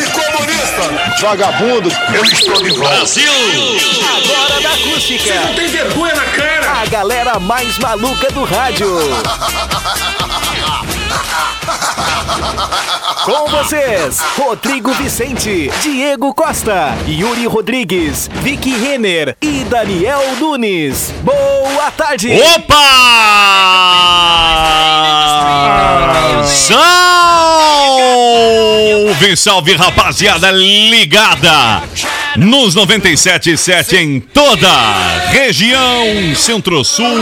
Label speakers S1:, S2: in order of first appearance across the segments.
S1: e comunista.
S2: Vagabundo, eu estou de volta.
S3: Agora da acústica.
S1: Tem vergonha na cara.
S3: A galera mais maluca do rádio. Com vocês, Rodrigo Vicente, Diego Costa, Yuri Rodrigues, Vicky Renner e Daniel Nunes. Boa tarde!
S4: Opa! Salve, salve, rapaziada ligada nos 97.7 em toda a região centro-sul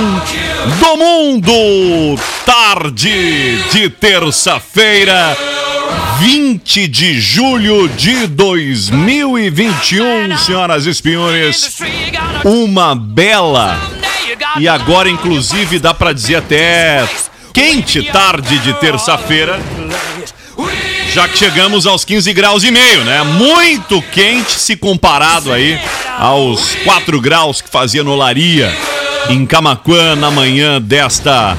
S4: do mundo. Tarde de terça-feira. 20 de julho de 2021, senhoras e senhores, uma bela e agora, inclusive, dá pra dizer até quente tarde de terça-feira. Já que chegamos aos 15 graus e meio, né? Muito quente se comparado aí aos 4 graus que fazia no Olaria, em Camaquã, na manhã desta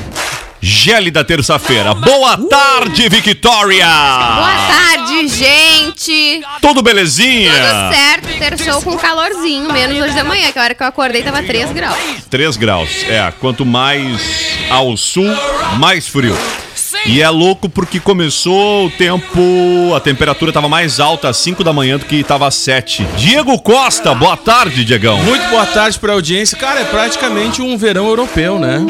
S4: gélida terça-feira. Boa tarde, Victoria!
S5: Boa
S4: Ah.
S5: tarde, gente!
S4: Tudo
S5: Tudo
S4: belezinha?
S5: certo, terçou com calorzinho, menos hoje da manhã, que a hora que eu acordei tava 3 graus.
S4: 3 graus. É, quanto mais ao sul, mais frio. E é louco porque começou o tempo, a temperatura estava mais alta às 5 da manhã do que estava às 7. Diego Costa, boa tarde, Diegão.
S6: Muito boa tarde pra audiência. Cara, é praticamente um verão europeu, né?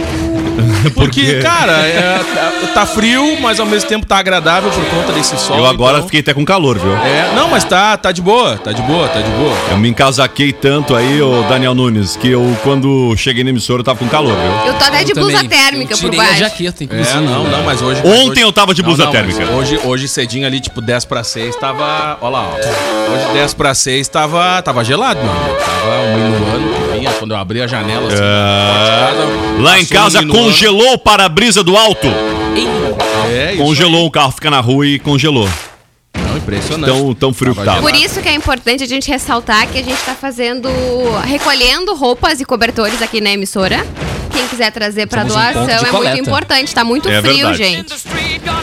S6: Porque, cara, é, tá- tá frio, mas ao mesmo tempo tá agradável por conta desse sol.
S4: Eu agora
S6: então-
S4: fiquei até com calor, viu?
S6: É, não, mas tá, tá de boa, tá de boa, tá de boa.
S4: Eu me encasaquei tanto aí, ô Daniel Nunes, que eu quando cheguei na emissora eu tava com calor, viu?
S5: Eu tô até de
S7: Eu
S5: blusa
S7: também.
S5: térmica
S7: Eu
S5: por
S7: tirei
S5: baixo.
S7: a jaqueta,
S6: É,
S7: inclusive.
S6: não, não, mas hoje.
S4: Ontem
S6: hoje-
S4: eu tava de
S6: Não,
S4: blusa
S6: não, mas
S4: térmica.
S6: Hoje, hoje cedinho ali, tipo 10 pra 6, tava. Ó lá, ó. Hoje 10 pra 6 tava, tava gelado, mano. Tava um minuano que vinha quando eu abri a janela. Assim, na porta de casa,
S4: É. Lá em
S6: passou um
S4: casa
S6: minuano.
S4: congelou o para-brisa do alto.
S6: É, isso.
S4: Congelou o carro, fica na rua e congelou.
S6: Não, impressionante.
S4: Tão, tão frio que tava.
S5: Por isso que é importante a gente ressaltar que a gente tá fazendo. recolhendo roupas e cobertores aqui na emissora. Quem quiser trazer pra
S7: Somos um ponto de
S5: doação é muito
S7: coleta.
S5: importante, tá muito
S4: É
S5: frio,
S4: verdade.
S5: gente.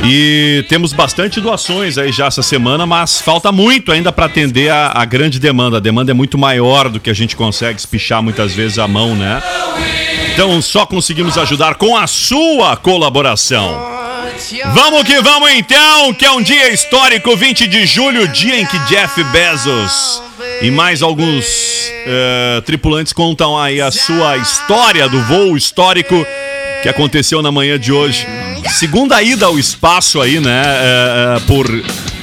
S4: E temos bastante doações aí já essa semana, mas falta muito ainda para atender a, a grande demanda. A demanda é muito maior do que a gente consegue espichar muitas vezes à mão, né? Então só conseguimos ajudar com a sua colaboração. Vamos que vamos então, que é um dia histórico, 20 de julho, dia em que Jeff Bezos e mais alguns eh, tripulantes contam aí a sua história do voo histórico que aconteceu na manhã de hoje. Segunda ida ao espaço aí, né, eh, eh, por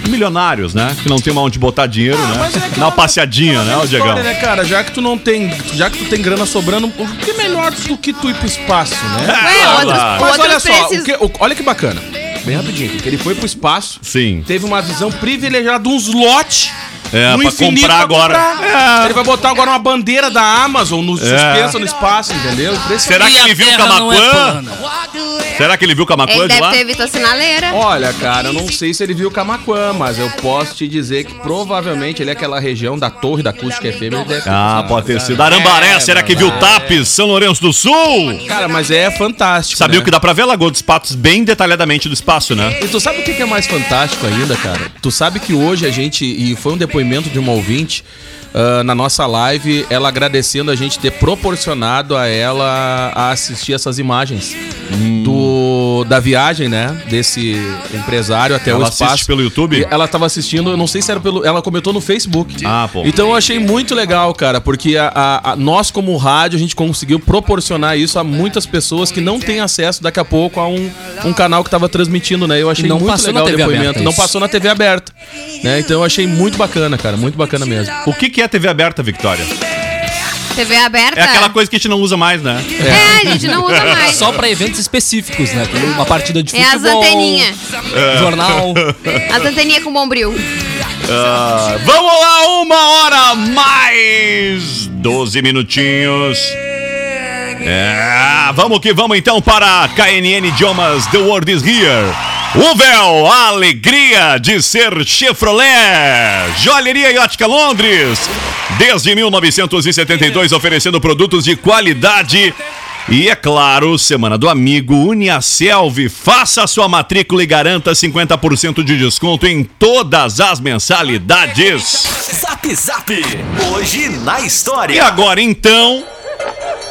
S4: milionários, né, que não tem mais onde botar dinheiro, né,
S6: mas é que
S4: na passeadinha, né, o Diegão.
S6: Olha, né, cara, já que tu não tem, já que tu tem grana sobrando, o que melhor do que tu ir pro espaço,
S4: É,
S6: né?
S5: Ué,
S4: Claro.
S5: outros,
S6: Mas olha
S5: outros
S6: só,
S5: precis-
S6: o que- o- olha que bacana. Bem rapidinho, que ele foi pro espaço,
S4: Sim.
S6: teve uma visão privilegiada de uns lotes
S4: É, pra comprar agora. É.
S6: Ele vai botar agora uma bandeira da Amazon no suspensa no espaço, entendeu?
S4: Será
S7: E
S4: que
S7: a
S4: ele viu
S7: terra não é
S4: Camacuã?
S7: plana.
S4: Será que ele viu
S5: Ele
S4: Camacuã de
S5: deve
S4: lá?
S5: ter visto a sinaleira.
S6: Olha, cara, eu não sei se ele viu o Camacuã, mas eu posso te dizer que provavelmente ele é aquela região da torre da acústica FM. Ele deve ter
S4: Ah,
S6: visto.
S4: pode ter sido. Arambaré,
S6: É,
S4: será que viu
S6: verdade.
S4: Tapes, São Lourenço do Sul?
S6: Cara, mas é fantástico.
S4: Sabia
S6: né?
S4: o que dá pra ver? Lagoa dos Patos bem detalhadamente do espaço, né?
S6: E tu sabe o que que é mais fantástico ainda, cara? Tu sabe que hoje a gente, e foi um depoimento de uma ouvinte ah, na nossa live, ela agradecendo a gente ter proporcionado a ela a assistir essas imagens
S4: Hum.
S6: do, da viagem, né? Desse empresário até o
S4: Ela assiste
S6: espaço.
S4: pelo YouTube?
S6: E ela tava assistindo, eu não sei se era pelo. Ela comentou no Facebook.
S4: Ah, pô.
S6: Então eu achei muito legal, cara, porque a- a- a- nós, como rádio, a gente conseguiu proporcionar isso a muitas pessoas que não têm acesso daqui a pouco a um, um canal que tava transmitindo, né? Eu achei
S7: E não
S6: muito
S7: passou
S6: legal o
S7: na TV
S6: depoimento.
S7: aberta, é
S6: não
S7: isso.
S6: passou na TV aberta. Né? Então eu achei muito bacana, cara. Muito bacana mesmo.
S4: O que, que é TV aberta, Victoria?
S5: TV aberta.
S4: É aquela coisa que a gente não usa mais, né?
S5: É, a gente não usa mais.
S7: Só pra eventos específicos, né? Como uma partida de
S5: É
S7: futebol.
S5: as anteninhas.
S4: É.
S7: Jornal.
S5: As anteninhas com bombril.
S4: Ah, vamos lá, uma hora mais 12 minutinhos É, vamos que vamos então para KNN Idiomas The World is Here. O véu, a alegria de ser Chevrolet. Joalheria e Ótica Londres. Desde 1972 oferecendo produtos de qualidade. E é claro, Semana do Amigo, Uniacelv, faça a sua matrícula e garanta 50% de desconto em todas as mensalidades.
S3: Zap Zap. Hoje na
S4: E
S3: história.
S4: agora então,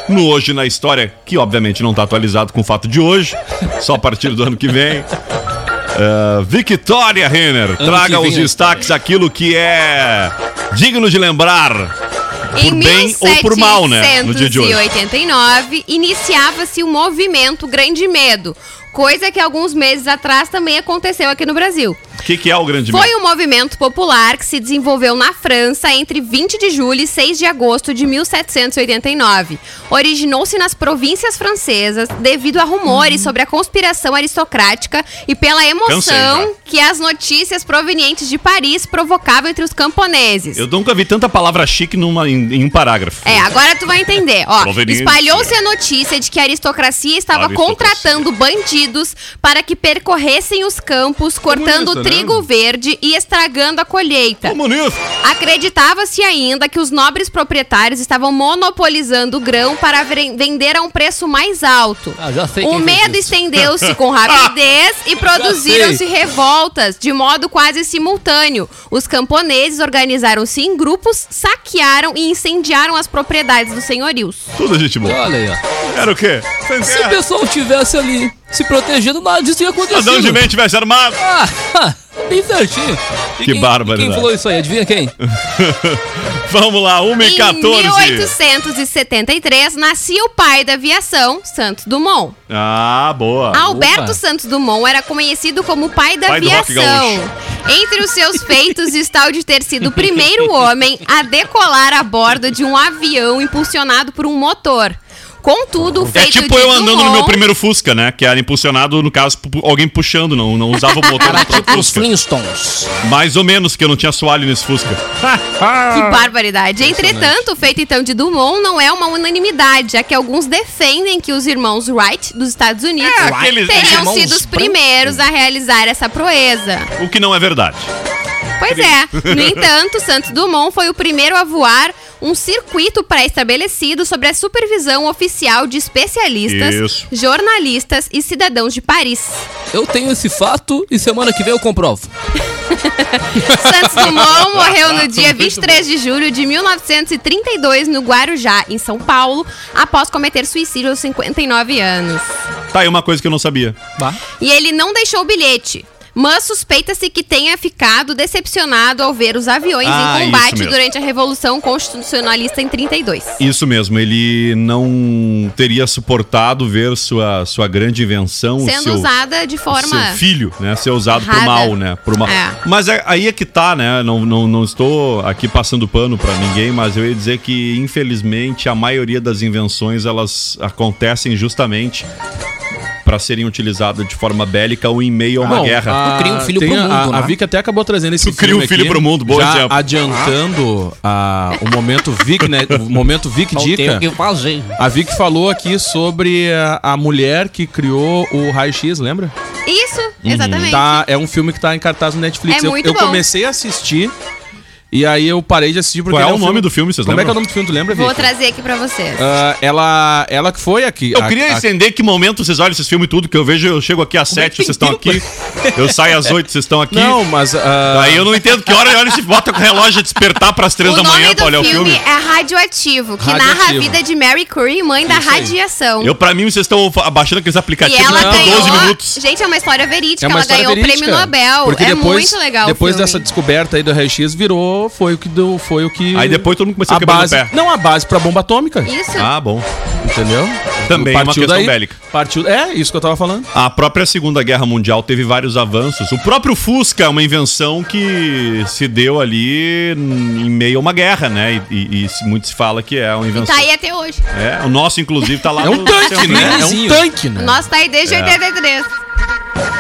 S4: no Hoje na História, que obviamente não está atualizado com o fato de hoje, só a partir do ano que vem. ah, Victoria Renner, traga
S7: que vem,
S4: os
S7: né?
S4: destaques aquilo que é digno de lembrar.
S5: Em
S4: Por bem ou por mal, né, no dia de hoje.
S5: 1789, iniciava-se o movimento Grande Medo, coisa que alguns meses atrás também aconteceu aqui no Brasil.
S4: O que, que é o grande
S5: Foi
S4: medo?
S5: um movimento popular que se desenvolveu na França entre 20 de julho e 6 de agosto de 1789. Originou-se nas províncias francesas devido a rumores sobre a conspiração aristocrática e pela
S4: Uhum. Cansei,
S5: emoção
S4: cara.
S5: que as notícias provenientes de Paris provocavam entre os camponeses.
S4: Eu nunca vi tanta palavra chique numa- em, em um parágrafo.
S5: É, agora tu vai entender. Ó,
S4: Proveniência.
S5: espalhou-se a notícia de que a aristocracia estava
S4: Aristocracia.
S5: contratando bandidos para que percorressem os campos, cortando
S4: Comunista, né?
S5: trigo verde e estragando a colheita.
S4: Comunista.
S5: Acreditava-se ainda que os nobres proprietários estavam monopolizando o grão para vren- vender a um preço mais alto.
S7: Ah, já sei
S5: o
S7: quem fez
S5: medo
S7: isso.
S5: estendeu-se com rapidez e produziram-se revoltas de modo quase simultâneo. Os camponeses organizaram-se em grupos, saquearam e incendiaram as propriedades dos senhorios.
S4: Tudo é gente boa.
S7: Olha aí, ó.
S4: Era o quê? Sem
S7: Se o
S4: guerra.
S7: pessoal tivesse ali se protegendo, nada disso ia acontecer.
S4: Adão de bem tivesse armado.
S7: Ah, ha, bem certinho. E
S4: Que
S7: quem-
S4: bárbaro,
S7: e Quem
S4: né?
S7: falou isso aí? Adivinha quem?
S4: Vamos lá, 1 e 14.
S5: Em 1873, nascia o pai da aviação, Santos Dumont.
S4: Ah, boa.
S5: Alberto
S7: Opa.
S5: Santos Dumont era conhecido como o pai da
S4: Pai do rock
S5: aviação. Entre os seus feitos está o de ter sido o primeiro homem a decolar a bordo de um avião impulsionado por um motor. Contudo, o
S4: É
S5: feito
S4: tipo
S5: de
S4: eu andando no meu
S5: Dumont-
S4: primeiro Fusca, né? Que era impulsionado, no caso, por alguém puxando, não, não usava o motor do
S7: Tipo
S4: próprio
S7: os
S4: Fusca.
S7: Flintstones.
S4: Mais ou menos, que eu não tinha soalho nesse Fusca.
S5: Que barbaridade. Entretanto, o feito então de Dumont não é uma unanimidade, já que alguns defendem que os irmãos Wright dos Estados Unidos
S4: É, aqueles
S5: teriam
S4: irmãos
S5: sido os
S4: brancos.
S5: primeiros a realizar essa proeza.
S4: O que não é verdade.
S5: Pois é. No entanto, Santos Dumont foi o primeiro a voar um circuito pré-estabelecido sobre a supervisão oficial de especialistas,
S4: Isso.
S5: jornalistas e cidadãos de Paris.
S7: Eu tenho esse fato e semana que vem eu comprovo.
S5: Santos Dumont morreu no dia 23 de julho de 1932 no Guarujá, em São Paulo, após cometer suicídio aos 59 anos.
S4: Tá aí uma coisa que eu não sabia.
S5: E ele não deixou o bilhete. Mas suspeita-se que tenha ficado decepcionado ao ver os aviões
S4: Ah,
S5: em
S4: isso
S5: combate
S4: mesmo.
S5: durante a Revolução Constitucionalista em 32.
S4: Isso mesmo, ele não teria suportado ver sua, sua grande invenção, o
S5: sendo
S4: seu,
S5: usada de
S4: o
S5: forma.
S4: seu filho, né, ser usado
S5: errada.
S4: pro mal, né? Pro mal.
S5: É.
S4: Mas é- aí é que tá, né? Não, não, não estou aqui passando pano pra ninguém, mas eu ia dizer que, infelizmente, a maioria das invenções elas acontecem justamente pra serem utilizadas de forma bélica ou em meio a uma
S6: Bom,
S4: guerra.
S6: a-
S7: Tu cria um filho
S6: Ah, tem
S7: pro
S6: a-
S7: mundo,
S6: A,
S7: né?
S6: Vicky até acabou trazendo esse
S4: Tu cria um
S6: filme
S4: filho
S6: aqui,
S4: pro mundo, bom
S6: já
S4: exemplo.
S6: adiantando a- o momento Vic, né? O momento Vic Dica.
S8: um
S6: Um
S7: fazer.
S6: A Vic falou aqui sobre a, a mulher que criou o raio-x, lembra?
S5: Isso,
S4: Uhum.
S5: exatamente.
S6: Tá, é um filme que tá em cartaz no Netflix.
S5: É
S6: eu
S5: muito
S6: eu
S5: bom.
S6: comecei a assistir e aí eu parei de assistir porque
S4: Qual é
S6: ele
S4: o
S6: um
S4: nome do filme, vocês
S6: Como é que é o
S4: lembram?
S6: nome do filme, tu lembra, Vic?
S5: Vou trazer aqui pra vocês.
S6: Ah, ela, ela que foi aqui.
S4: Eu
S6: a-
S4: queria
S6: a-
S4: entender que momento vocês olham esses filmes e tudo, que eu vejo, eu chego aqui às sete, vocês estão aqui. Eu saio às oito, vocês estão aqui.
S6: Não, mas. ah,
S4: Aí eu não entendo que hora, olha, se bota com o relógio a despertar pras três
S5: o
S4: da
S5: nome
S4: manhã
S5: do
S4: pra olhar o
S5: filme
S4: filme.
S5: é Radioativo, que narra a
S6: Radioativo.
S5: vida de Mary Curie, mãe da radiação.
S4: Eu, pra mim, vocês estão fa- baixando aqueles
S5: E
S4: aplicativos
S5: ela
S4: de
S5: ganhou.
S4: 12 minutos.
S5: Gente, é uma história verídica.
S6: É uma
S5: ela
S6: história
S5: ganhou
S6: verídica,
S5: o prêmio Nobel.
S6: Porque
S5: é
S6: depois,
S5: muito legal. o
S6: Depois
S5: filme.
S6: dessa descoberta aí do raio-x, virou, foi o que deu, foi o que
S4: Aí depois todo mundo começou a
S6: a
S4: quebrar o
S6: base,
S4: pé.
S6: não a base pra bomba atômica,
S5: Isso.
S4: Ah, bom.
S6: entendeu?
S4: Também é uma questão
S6: daí,
S4: bélica.
S6: Partiu, é isso que eu tava falando.
S4: A própria Segunda Guerra Mundial teve vários avanços. O próprio Fusca é uma invenção que se deu ali em meio a uma guerra, né? E, e- e se- muito se fala que é uma
S5: E
S4: invenção.
S5: tá aí até hoje.
S4: É, o nosso, inclusive, tá lá
S6: É um
S4: no
S6: tanque,
S4: centro,
S6: né? É um
S7: Minizinho.
S6: tanque, né?
S5: Nossa, tá aí desde
S4: É.
S5: 83.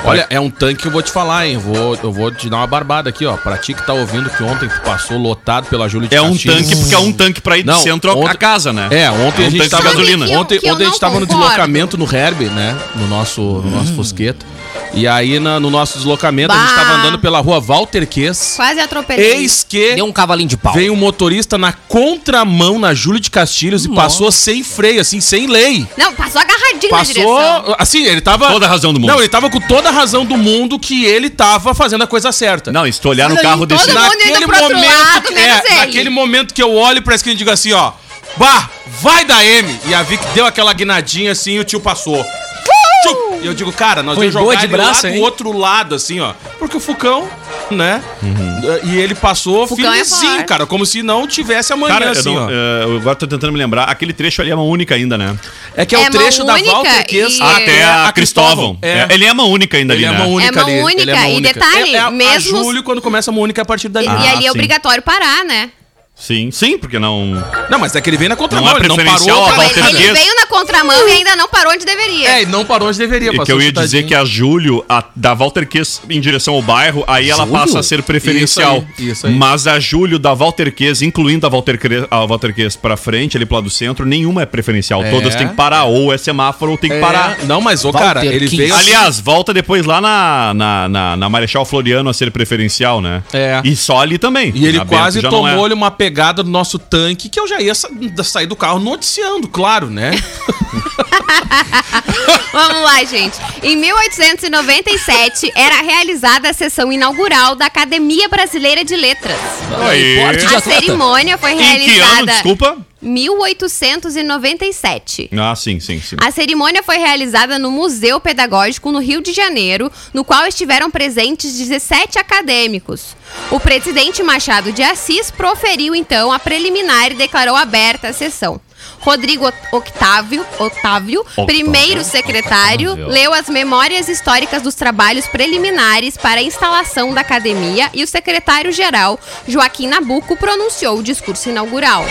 S6: Olha, é um tanque que eu vou te falar, hein? Eu vou, eu vou te dar uma barbada aqui, ó. Pra ti que tá ouvindo que ontem tu passou lotado pela Júlia de
S4: É um
S6: Caxias.
S4: tanque, porque é um tanque pra ir do
S6: Não,
S4: centro
S6: ontem-
S4: a casa, né?
S6: É, ontem
S4: É um
S6: a gente
S4: tanque de
S6: tava
S4: gasolina.
S5: Que eu-
S6: Ontem,
S5: que eu
S6: ontem a gente
S5: não
S6: tava no
S5: concordo.
S6: deslocamento no Herb, né? No nosso, no
S4: Hum.
S6: nosso Fusqueta. E aí, na- no nosso deslocamento, a gente
S5: Bah.
S6: tava andando pela rua Walter Kess.
S5: Quase atropelei.
S6: Eis que
S7: Deu um cavalinho de pau.
S6: veio um motorista na contramão na Júlia de Castilhos e
S7: Nossa.
S6: passou sem freio, assim, sem lei.
S5: Não, passou agarradinho na direção.
S6: Passou. Assim, ele tava.
S4: Toda a razão do mundo.
S6: Não, ele tava com toda a razão do mundo que ele tava fazendo a coisa certa.
S4: Não, e se tu olhar no
S5: Olha aí,
S4: carro desse.
S5: todo mundo indo pro outro lado, né,
S6: que- é,
S5: menos ele.
S6: naquele momento que eu olho pra esquina e digo assim, ó. Bah, vai da M! E a Vic deu aquela guinadinha assim e o tio passou. Tchum! E eu digo, cara, nós
S7: Foi
S6: vamos
S7: boa
S6: jogar
S7: de
S6: ele
S7: braço,
S6: lá do
S7: hein?
S6: outro lado, assim, ó. Porque o Fucão, né? E ele passou
S5: Uhum. Fucão é
S6: firmezinho,
S5: forte.
S6: cara. Como se não tivesse amanhã,
S4: Cara, eu
S6: assim,
S4: não-
S6: ó.
S4: eh, eu agora tô tentando me lembrar. Aquele trecho ali é uma única ainda, né?
S6: É que é,
S5: É
S6: o trecho
S5: mão
S6: da
S5: única
S6: Walter Kiss
S5: e-
S4: Até a, Cristóvão.
S6: É.
S4: É, Ele é uma única ainda ali, né?
S5: É mão única,
S6: ele é mão
S5: e
S6: única.
S5: detalhe,
S6: É, é a-
S5: mesmo-
S6: A Júlio, quando começa a mão única, é a partir
S5: E,
S6: dali.
S5: e
S4: Ah,
S5: ali
S4: sim.
S5: é obrigatório parar, né?
S4: Sim, sim, porque não.
S6: Não, mas é que ele veio na contramão,
S4: Não é
S6: ele não
S4: preferencial,
S6: parou. tá
S4: a
S6: pra-
S4: Walter
S5: Ele
S4: Português.
S5: veio na contramão e ainda não parou onde deveria.
S6: É, e não parou onde deveria.
S4: E que
S6: passou
S4: eu ia
S6: chutadinho.
S4: dizer que a Júlio, a, da Walter Kiss em direção ao bairro, aí ela
S6: Júlio?
S4: passa a ser preferencial.
S6: Isso aí, isso aí.
S4: Mas a Júlio da Walter Kiss, incluindo a Walter, Cre- a Walter Kiss pra frente, ali pro lado do centro, nenhuma é preferencial.
S6: É.
S4: Todas têm que parar, ou é semáforo, ou tem que
S6: É,
S4: parar.
S6: Não, mas, ô, cara,
S7: Walter
S6: ele
S7: Kiss.
S6: veio...
S4: Aliás, volta depois lá na, na, na, na Marechal Floriano a ser preferencial, né?
S6: É.
S4: E só ali também.
S6: E ele
S4: Na Bento
S6: quase
S4: já não é.
S6: tomou-lhe uma pegada do nosso tanque, que eu já ia sa- sair do carro noticiando, claro, né?
S5: Vamos lá, gente. Em 1897, era realizada a sessão inaugural da Academia Brasileira de Letras.
S4: Aí.
S7: Porte de
S5: A
S7: atleta.
S5: cerimônia foi
S4: Em que ano,
S5: realizada em
S4: desculpa?
S5: 1897.
S4: Ah, sim, sim, sim.
S5: A cerimônia foi realizada no Museu Pedagógico no Rio de Janeiro, no qual estiveram presentes 17 acadêmicos. O presidente Machado de Assis proferiu então a preliminar e declarou aberta a sessão. Rodrigo Octávio, Octávio, primeiro secretário, leu as memórias históricas dos trabalhos preliminares para a instalação da academia e o secretário-geral, Joaquim Nabuco, pronunciou o discurso inaugural.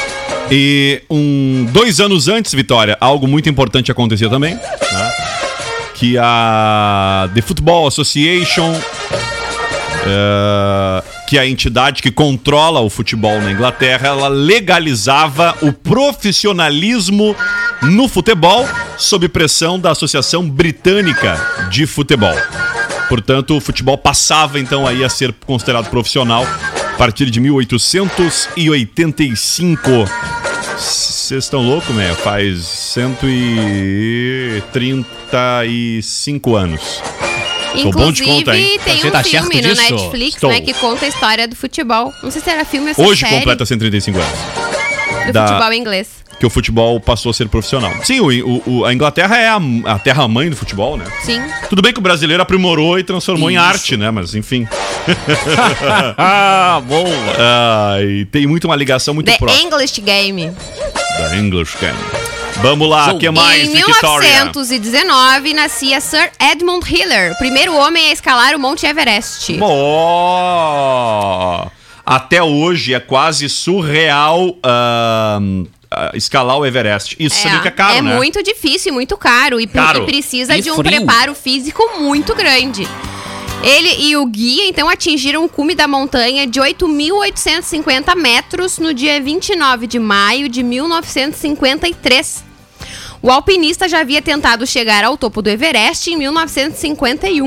S4: E um, dois anos antes, Vitória, algo muito importante acontecia também, né? que a The Football Association, eh, que é a entidade que controla o futebol na Inglaterra, ela legalizava o profissionalismo no futebol sob pressão da Associação Britânica de Futebol. Portanto, o futebol passava então aí a ser considerado profissional a partir de 1885. Vocês estão loucos, né? Faz 135 anos. Tô bom de
S5: Inclusive,
S4: conta, hein?
S5: tem
S8: Você
S5: um
S8: tá
S5: filme
S8: certo
S5: no
S8: disso?
S5: Netflix,
S4: Estou.
S5: né, que conta a história do futebol. Não sei se era filme ou se
S4: Hoje
S5: série
S4: completa 135 anos.
S5: do
S4: da-
S5: futebol inglês.
S4: Que o futebol passou a ser profissional. Sim, o, o- o- a Inglaterra é a, a terra-mãe do futebol, né?
S5: Sim.
S4: Tudo bem que o brasileiro aprimorou e transformou em arte, né? Mas enfim.
S8: Ah, boa.
S4: Ai, tem muito uma ligação muito
S5: The
S4: próxima
S5: English Game.
S4: da English Can. Vamos lá, o que mais,
S5: em
S4: Victoria?
S5: 1919, nascia Sir Edmund Hiller, primeiro homem a escalar o Monte Everest.
S4: Ó, Até hoje é quase surreal ahn, ah, escalar o Everest. Isso significa caro,
S5: é
S4: né?
S5: muito difícil e muito caro. E, pre-
S4: Caro.
S5: e precisa
S7: E
S5: de um
S7: frio.
S5: preparo físico muito grande. Ele e o guia, então, atingiram o cume da montanha de 8.850 metros no dia 29 de maio de 1953. O alpinista já havia tentado chegar ao topo do Everest em 1951.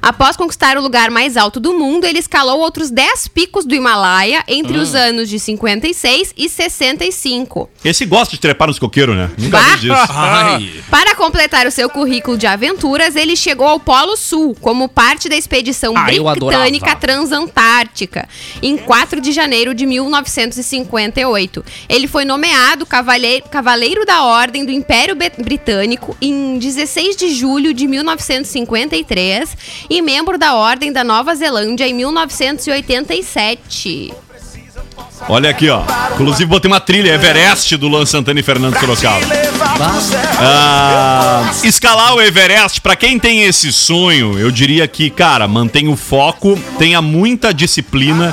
S5: Após conquistar o lugar mais alto do mundo, ele escalou outros 10 picos do Himalaia entre
S4: Hum.
S5: os anos de 56 e 65.
S4: Esse gosta de trepar nos coqueiros, né? Nunca
S5: Bah!
S4: vi disso.
S6: Ah.
S5: Para completar o seu currículo de aventuras, ele chegou ao Polo Sul como parte da expedição
S7: Ah, eu
S5: britânica
S7: adorava.
S5: transantártica em 4 de janeiro de 1958. Ele foi nomeado cavaleiro, cavaleiro da Ordem do Império Be- Britânico em 16 de julho de 1953 e membro da Ordem da Nova Zelândia em 1987.
S4: Olha aqui, ó. Inclusive, botei uma trilha Everest do Luan Santana e Fernando Sorocaba. Ah, escalar o Everest, pra quem tem esse sonho, eu diria que, cara, mantenha o foco, tenha muita disciplina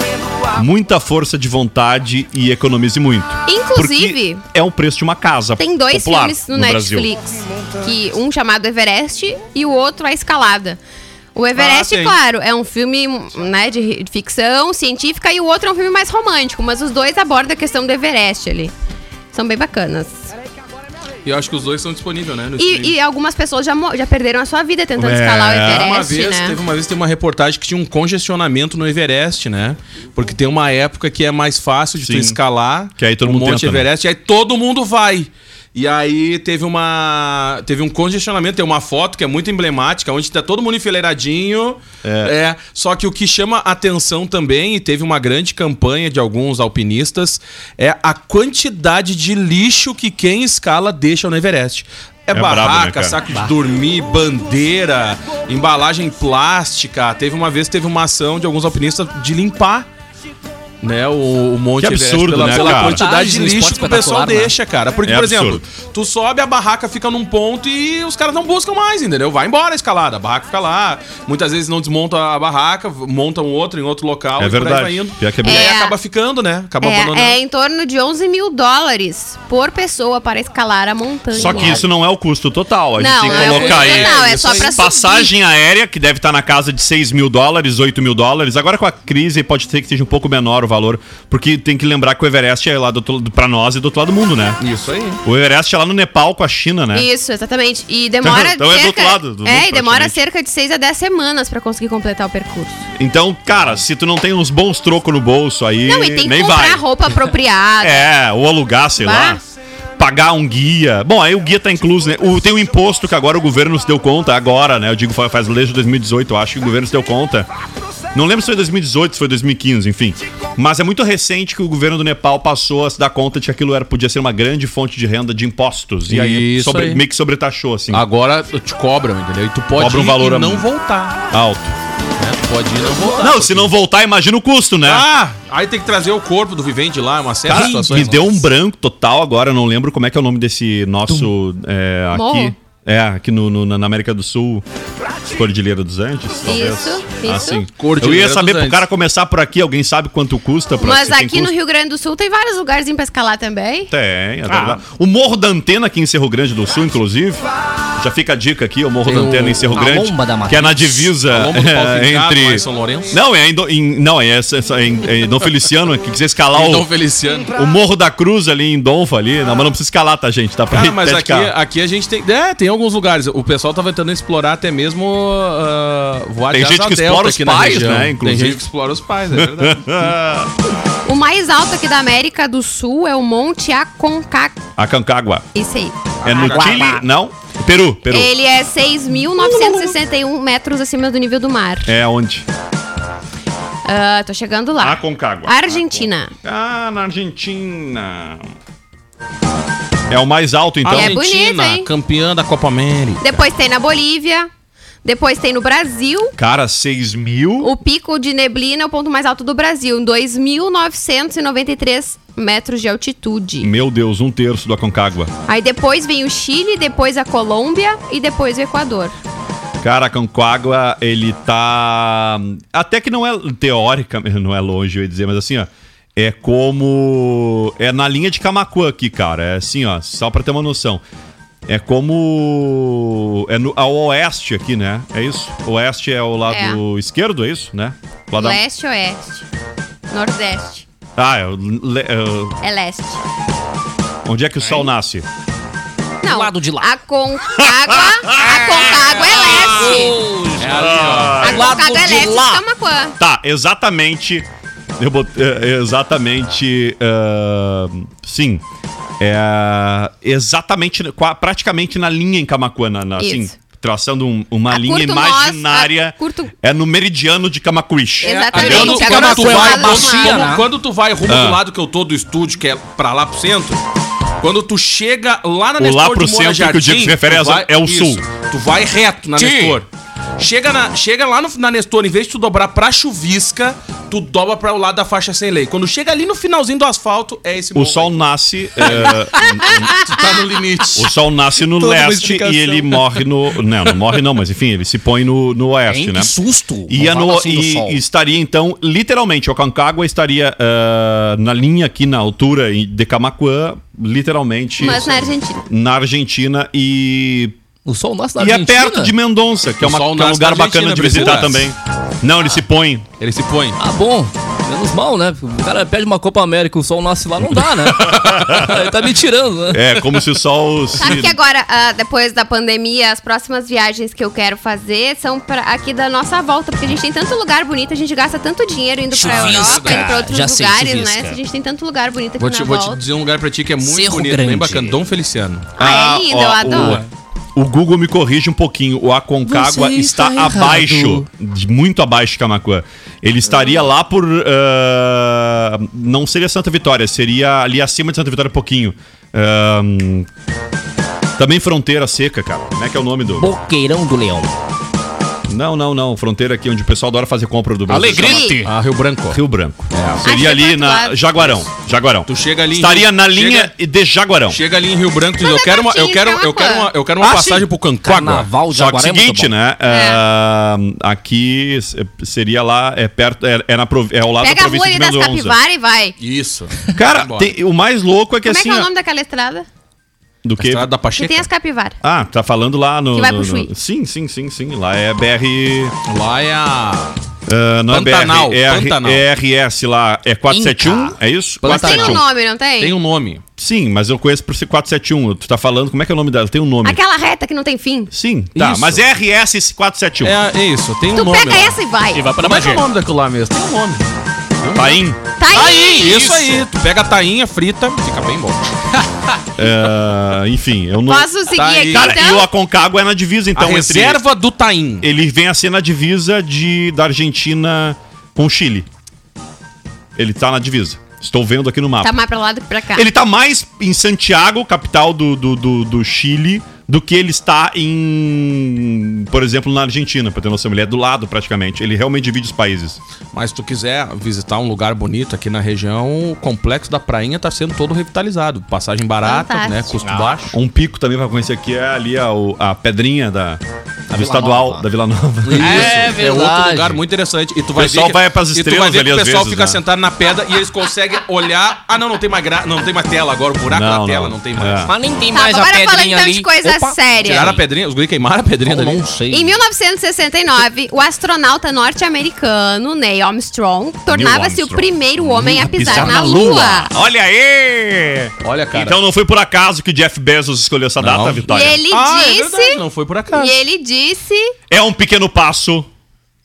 S4: muita força de vontade e economize muito.
S5: Inclusive-
S4: Porque é o preço de uma casa.
S5: Tem dois
S4: popular
S5: filmes no,
S4: Brasil.
S5: Netflix, que um chamado Everest e o outro A Escalada. O Everest,
S6: Ah, tem.
S5: claro, é um filme né, de ficção científica e o outro é um filme mais romântico, mas os dois abordam a questão do Everest ali. São bem bacanas.
S6: E eu acho que os dois são disponíveis, né? no streaming.
S5: E, e algumas pessoas já, mo- já perderam a sua vida tentando
S4: É.
S5: escalar o Everest,
S6: Uma vez,
S5: né?
S6: teve uma vez teve uma reportagem que tinha um congestionamento no Everest, né? Porque tem uma época que é mais fácil de
S4: Sim.
S6: tu escalar
S4: Que aí todo
S6: um
S4: mundo
S6: monte
S4: tenta, né?
S6: Everest, e aí todo mundo vai. E aí teve uma teve um congestionamento, tem uma foto que é muito emblemática, onde tá todo mundo enfileiradinho. É. só que o que chama atenção também, e teve uma grande campanha de alguns alpinistas, é a quantidade de lixo que quem escala deixa no Everest. É,
S4: É brabo, né,
S6: barraca,
S4: cara?
S6: saco de dormir, bandeira, embalagem plástica. Teve uma vez teve uma ação de alguns alpinistas de limpar né, o, o Monte
S4: Que
S6: Everest
S4: absurdo,
S6: pela,
S4: né,
S6: pela
S4: cara?
S6: quantidade de
S7: Montagem, um
S6: lixo
S7: esporte
S6: que o pessoal
S7: espetacular, né?
S6: deixa, cara. Porque,
S4: É
S6: por exemplo,
S4: absurdo.
S6: tu sobe, a barraca fica num ponto e os caras não buscam mais, entendeu? Vai embora a escalada, a barraca fica lá. Muitas vezes não desmonta a barraca, montam outra em outro local
S4: É
S6: e por aí
S4: verdade.
S6: vai indo.
S4: Pior que é
S6: e aí
S5: verdade.
S6: acaba ficando, né? Acaba abandonando.
S5: É, é em torno de 11 mil dólares por pessoa para escalar a montanha.
S4: Só que isso não é o custo total. A gente
S5: Não,
S4: tem que
S5: não é o
S4: colocar
S5: custo
S4: aí.
S5: total, é só pra
S4: passagem aérea, que deve estar na casa de 6 mil dólares, 8 mil dólares. Agora com a crise pode ser que seja um pouco menor o valor, porque tem que lembrar que o Everest é lá do outro, pra nós e do outro lado do mundo, né?
S6: Isso aí.
S4: O Everest é lá no Nepal com a China, né?
S5: Isso, exatamente. E demora.
S4: Então é do
S5: cerca...
S4: outro lado do mundo,
S5: É, e demora
S4: praticamente.
S5: cerca de 6 a 10 semanas para conseguir completar o percurso.
S4: Então, cara, se tu não tem uns bons trocos no bolso aí,
S5: Não, e tem que
S4: nem
S5: comprar
S4: vai.
S5: roupa apropriada.
S4: É, ou alugar, sei
S5: Bah.
S4: lá. Pagar um guia. Bom, aí o guia tá incluso, né? O, tem um imposto que agora o governo se deu conta, agora, né? Eu digo fa- faz desde 2018, eu acho que o governo se deu conta. Não lembro se foi 2018, se foi 2015, enfim. Mas é muito recente que o governo do Nepal passou a se dar conta de que aquilo era, podia ser uma grande fonte de renda de impostos. E aí,
S6: Isso
S4: sobre-
S6: aí.
S4: meio que sobretaxou, assim.
S6: Agora te cobram, entendeu? E tu pode
S4: Cobra um
S6: ir
S4: valor a
S6: e não
S4: mais.
S6: voltar.
S4: Alto.
S6: Né?
S4: É,
S6: Tu pode ir e não voltar.
S4: Não, se não voltar, imagina o custo, né?
S6: Ah, aí tem que trazer o corpo do vivente lá,
S5: É
S6: uma série
S4: Cara,
S6: de
S4: me
S6: situações.
S4: deu um branco total agora, eu não lembro como é que é o nome desse nosso. é, aqui.
S5: Morro?
S4: É, aqui no, no- na América do Sul, Cordilheira dos Andes, talvez.
S5: Isso, isso.
S4: Assim. Eu
S6: Cordilheira
S4: ia saber
S6: dos
S4: pro
S6: Andes.
S4: cara começar por aqui, alguém sabe quanto custa pra
S5: Mas
S4: se tem
S5: aqui no
S4: custo?
S5: Rio Grande do Sul tem vários lugares pra escalar também.
S4: Tem,
S5: Ah.
S4: é verdade. O Morro da Antena aqui em Cerro Grande do Sul, inclusive. Já fica a dica aqui, o Morro
S7: Tem
S4: da
S7: o-
S4: Antena em Cerro
S7: a
S4: Grande.
S7: Lomba da
S4: que é na
S7: Matriz.
S4: divisa
S6: A Lomba do Pau
S4: é,
S6: Fincado, lá
S4: entre.
S6: em São Lourenço.
S4: Não, é em, Do- em- não, é, essa- essa- é em, é em Dom Feliciano, que quiser escalar o.
S6: Então, Feliciano.
S4: O Morro da Cruz ali em Donfa ali, não, mas não precisa escalar, tá, gente? Tá pra
S6: Cara,
S4: ir
S6: mas
S4: até de
S6: aqui,
S4: carro.
S6: aqui a gente tem. É, tem alguns lugares. O pessoal tava tentando explorar até mesmo ah, voar
S4: Tem
S6: de
S4: gente
S6: asa
S4: que
S6: delta
S4: explora os
S6: aqui na
S4: pais,
S6: região.
S4: né,
S6: Tem
S4: inclusive.
S6: gente que explora os pais, é verdade.
S5: O mais alto aqui da América do Sul é o Monte Aconcagua.
S4: A Aconcagua.
S5: Isso aí.
S4: É no
S5: Aconcagua.
S4: Chile? Não? Peru, Peru.
S5: Ele é 6.961 metros acima do nível do mar.
S4: É onde?
S5: Ah, tô chegando lá.
S4: Aconcagua.
S5: Argentina.
S4: Ah, na Argentina. É o mais alto, então.
S5: É bonito, hein?
S6: campeã da Copa América.
S5: Depois tem na Bolívia. Depois tem no Brasil.
S4: Cara, 6 mil.
S5: O pico de neblina é o ponto mais alto do Brasil, em 2.993 metros de altitude.
S4: Meu Deus, um terço do Aconcagua.
S5: Aí depois vem o Chile, depois a Colômbia e depois o Equador.
S4: Cara, Aconcagua, ele tá. Até que não é teórica, não é longe, eu ia dizer, mas assim, ó. É como. É na linha de Camacuã aqui, cara. É assim, ó, só pra ter uma noção. É como. É no, ao oeste aqui, né? É isso? Oeste é o lado esquerdo, é isso, né? Lá da-
S5: Leste, oeste. Nordeste.
S4: Ah, é, o le- é,
S5: É leste.
S4: onde é que o sol nasce?
S5: Não.
S7: lado de lá.
S5: A Concagua. a Concagua é leste. A Concagua é leste de Camacuã.
S4: Tá, exatamente. Eu botei, é, exatamente. ah, sim. É, exatamente, qua- praticamente na linha em Camacuã, na, na- assim,
S5: Isso.
S4: traçando um- uma
S5: A
S4: linha
S5: curto nós, a
S4: imaginária.
S5: curto-
S4: É no meridiano de Camacuix.
S5: Exatamente.
S4: entendeu?
S6: Quando,
S5: Gente,
S6: quando
S5: agora
S6: tu
S5: foi
S6: vai,
S5: lá
S6: quando,
S5: do lado.
S6: quando- quando tu vai rumo
S4: Ah.
S6: do lado que eu tô do estúdio, que é pra lá pro centro, quando tu chega lá na
S4: O lá pro centro que o Diego se refere
S6: tu
S4: é a- é o sul.
S6: Tu vai reto na Nestor. Chega, na, chega lá no- na Nestor, em vez de tu dobrar pra Chuvisca, tu dobra pra o lado da faixa sem lei. Quando chega ali no finalzinho do asfalto, é esse
S4: O sol nasce. é,
S6: tá no limite.
S4: o sol nasce no
S6: Toda uma
S4: leste
S6: explicação.
S4: e ele morre no. Não, não morre não, mas enfim, ele se põe no, no oeste, né?
S8: susto!
S4: Ia
S8: Não
S4: no,
S8: fala assim do
S4: e-
S8: sol.
S4: e estaria, então, literalmente, Aconcagua estaria ah, na linha aqui na altura em- de Camacuã, literalmente
S5: Mas né? na Argentina.
S4: na Argentina e.
S7: O sol nasce na
S4: E é
S7: Argentina.
S4: perto de Mendonça, que é,
S6: O
S4: uma-
S6: sol
S4: que é um
S6: nasce
S4: lugar
S6: na
S4: bacana
S6: Argentina,
S4: de visitar
S6: Brasil.
S4: também. Não, ele se põe.
S6: Ele se põe.
S7: Ah, bom. Menos mal, né? O cara perde uma Copa América, o sol nasce lá, não dá, né? Ele tá me tirando, né?
S4: É, como se o sol. se-
S5: Sabe que agora, ah, depois da pandemia, as próximas viagens que eu quero fazer são pra aqui da nossa volta, porque a gente tem tanto lugar bonito, a gente gasta tanto dinheiro indo pra
S8: Chuvisca.
S5: Europa, indo pra outros
S8: Já sei,
S5: lugares, né?
S8: chuvisca.
S5: Se a gente tem tanto lugar bonito aqui
S6: Vou
S5: na
S6: te, vou
S5: volta.
S6: te dizer um lugar pra ti que é muito
S8: Cerro
S6: bonito,
S8: Grande.
S6: bem bacana. Dom Feliciano.
S5: Ah, é lindo, eu
S4: ó,
S5: adoro.
S4: O, o Google me corrige um pouquinho. O Aconcagua
S7: Você
S4: está,
S7: está
S4: abaixo,
S7: errado.
S4: de- muito abaixo de Camacuã. Ele estaria lá por. ah, não seria Santa Vitória, seria ali acima de Santa Vitória um pouquinho. Ah, também Fronteira Seca, cara. Como é que é o nome do.
S8: Boqueirão do Leão.
S4: Não, não, não. Fronteira aqui onde o pessoal adora fazer compra do Brasil.
S8: Alegrete!
S6: Ah, Rio Branco.
S4: Rio Branco. É.
S5: Acho que
S4: Seria ali
S5: foi do
S4: na
S5: lado.
S4: Jaguarão. Jaguarão.
S6: Tu chega ali em
S4: Estaria
S6: Rio-
S4: na
S6: chega-
S4: linha de Jaguarão.
S6: Chega ali em Rio Branco e diz,
S5: Mas
S6: eu
S5: é
S6: quero uma, eu
S5: pertinho,
S6: quero,
S5: Camaquã.
S6: eu quero uma, eu quero uma
S4: Ah,
S6: passagem
S4: sim.
S6: pro Cancagua.
S8: Carnaval de
S4: Só que
S8: Jaguaré é muito
S4: seguinte,
S8: bom.
S4: né? ah, aqui s- seria lá, é perto, é, é na, provi- é ao lado
S5: Pega
S4: da
S5: a rua
S4: província
S5: ali
S4: de
S5: das
S4: Mendonça.
S5: capivaras e vai.
S6: Isso.
S4: Cara,
S6: Vambora.
S4: tem- o mais louco é que
S5: Como é
S4: assim.
S5: que é o
S4: ó,
S5: nome daquela estrada?
S4: do
S6: A
S4: que.
S6: Estrada da
S5: Que
S6: Pacheca.
S5: tem as capivaras.
S4: Ah, tá falando lá no.
S5: Que vai
S4: no-
S5: pro
S4: no-
S5: Chuí.
S4: sim, sim, sim, sim. Lá é BR.
S6: Lá é a
S4: ah, não
S6: Pantanal,
S4: é BR. É, R-
S6: Pantanal.
S4: é RS lá. É 471? É isso?
S6: Pantanal.
S5: Tem um nome, não tem?
S6: tem um nome.
S4: Sim, mas eu conheço por ser 471. Tu tá falando, como é que é o nome dela? Tem um nome.
S5: Aquela reta que não tem fim.
S4: Sim, tá.
S6: Isso.
S4: Mas é RS 471.
S6: É, a- é isso, tem um
S5: Tu
S6: nome.
S5: pega
S6: lá.
S5: essa e vai.
S8: E vai pra
S6: Como é que é o
S8: Bagé.
S6: nome daquilo lá mesmo? Tem um nome.
S4: Paim.
S5: Tá aí.
S6: Isso, aí, tu pega a tainha frita, fica bem bom.
S4: Ah, enfim, eu não.
S5: Posso seguir
S6: Tá aí.
S5: aqui,
S4: Cara, e o
S5: então?
S4: Aconcagua é na divisa, então,
S6: a reserva do taim.
S4: ele vem a ser na divisa de, da Argentina com o Chile. Ele tá na divisa. Estou vendo aqui no mapa.
S5: Tá mais pra lá do que pra cá.
S4: Ele tá mais em Santiago, capital do, do, do, do Chile, do que ele está em, por exemplo, na Argentina, pra ter noção. Ele é do lado, praticamente. Ele realmente divide os países.
S6: Mas se tu quiser visitar um lugar bonito aqui na região, o complexo da Prainha tá sendo todo revitalizado. Passagem barata,
S5: Fantástico.
S6: né? Custo baixo.
S4: Um pico também pra conhecer aqui é ali a, o- a pedrinha da, do estadual da Vila Nova.
S6: É, é outro lugar muito interessante. E tu vai
S4: pessoal
S6: ver que,
S4: vai pras
S6: e tu
S4: estrelas
S6: vai ver
S4: ali
S6: que
S4: às
S6: o pessoal
S4: vezes,
S6: fica
S4: né?
S6: sentado na pedra e eles conseguem olhar. Ah, não, não tem mais gra... não tem mais tela agora, o buraco
S4: Não,
S6: da tela
S4: não.
S6: não, tem mais.
S4: É.
S8: Mas nem tem
S5: Tá,
S8: mais a
S5: agora falando
S8: pedrinha
S5: então
S8: ali.
S5: de coisa
S8: Opa,
S5: séria.
S6: Tiraram a pedrinha, os guri queimaram a pedrinha
S8: Eu
S6: dali.
S8: não sei.
S5: Em 1969, o astronauta norte-americano Neil Armstrong tornava-se o
S4: Armstrong.
S5: primeiro homem a pisar,
S4: pisar
S5: na,
S4: na
S5: Lua.
S4: Olha aí!
S6: Olha, cara.
S4: Então não foi por acaso que Jeff Bezos escolheu essa data,
S6: Não.
S4: Vitória.
S5: E ele
S6: ah, é
S5: disse.
S6: verdade, não foi por acaso.
S5: e ele disse.
S4: É um pequeno passo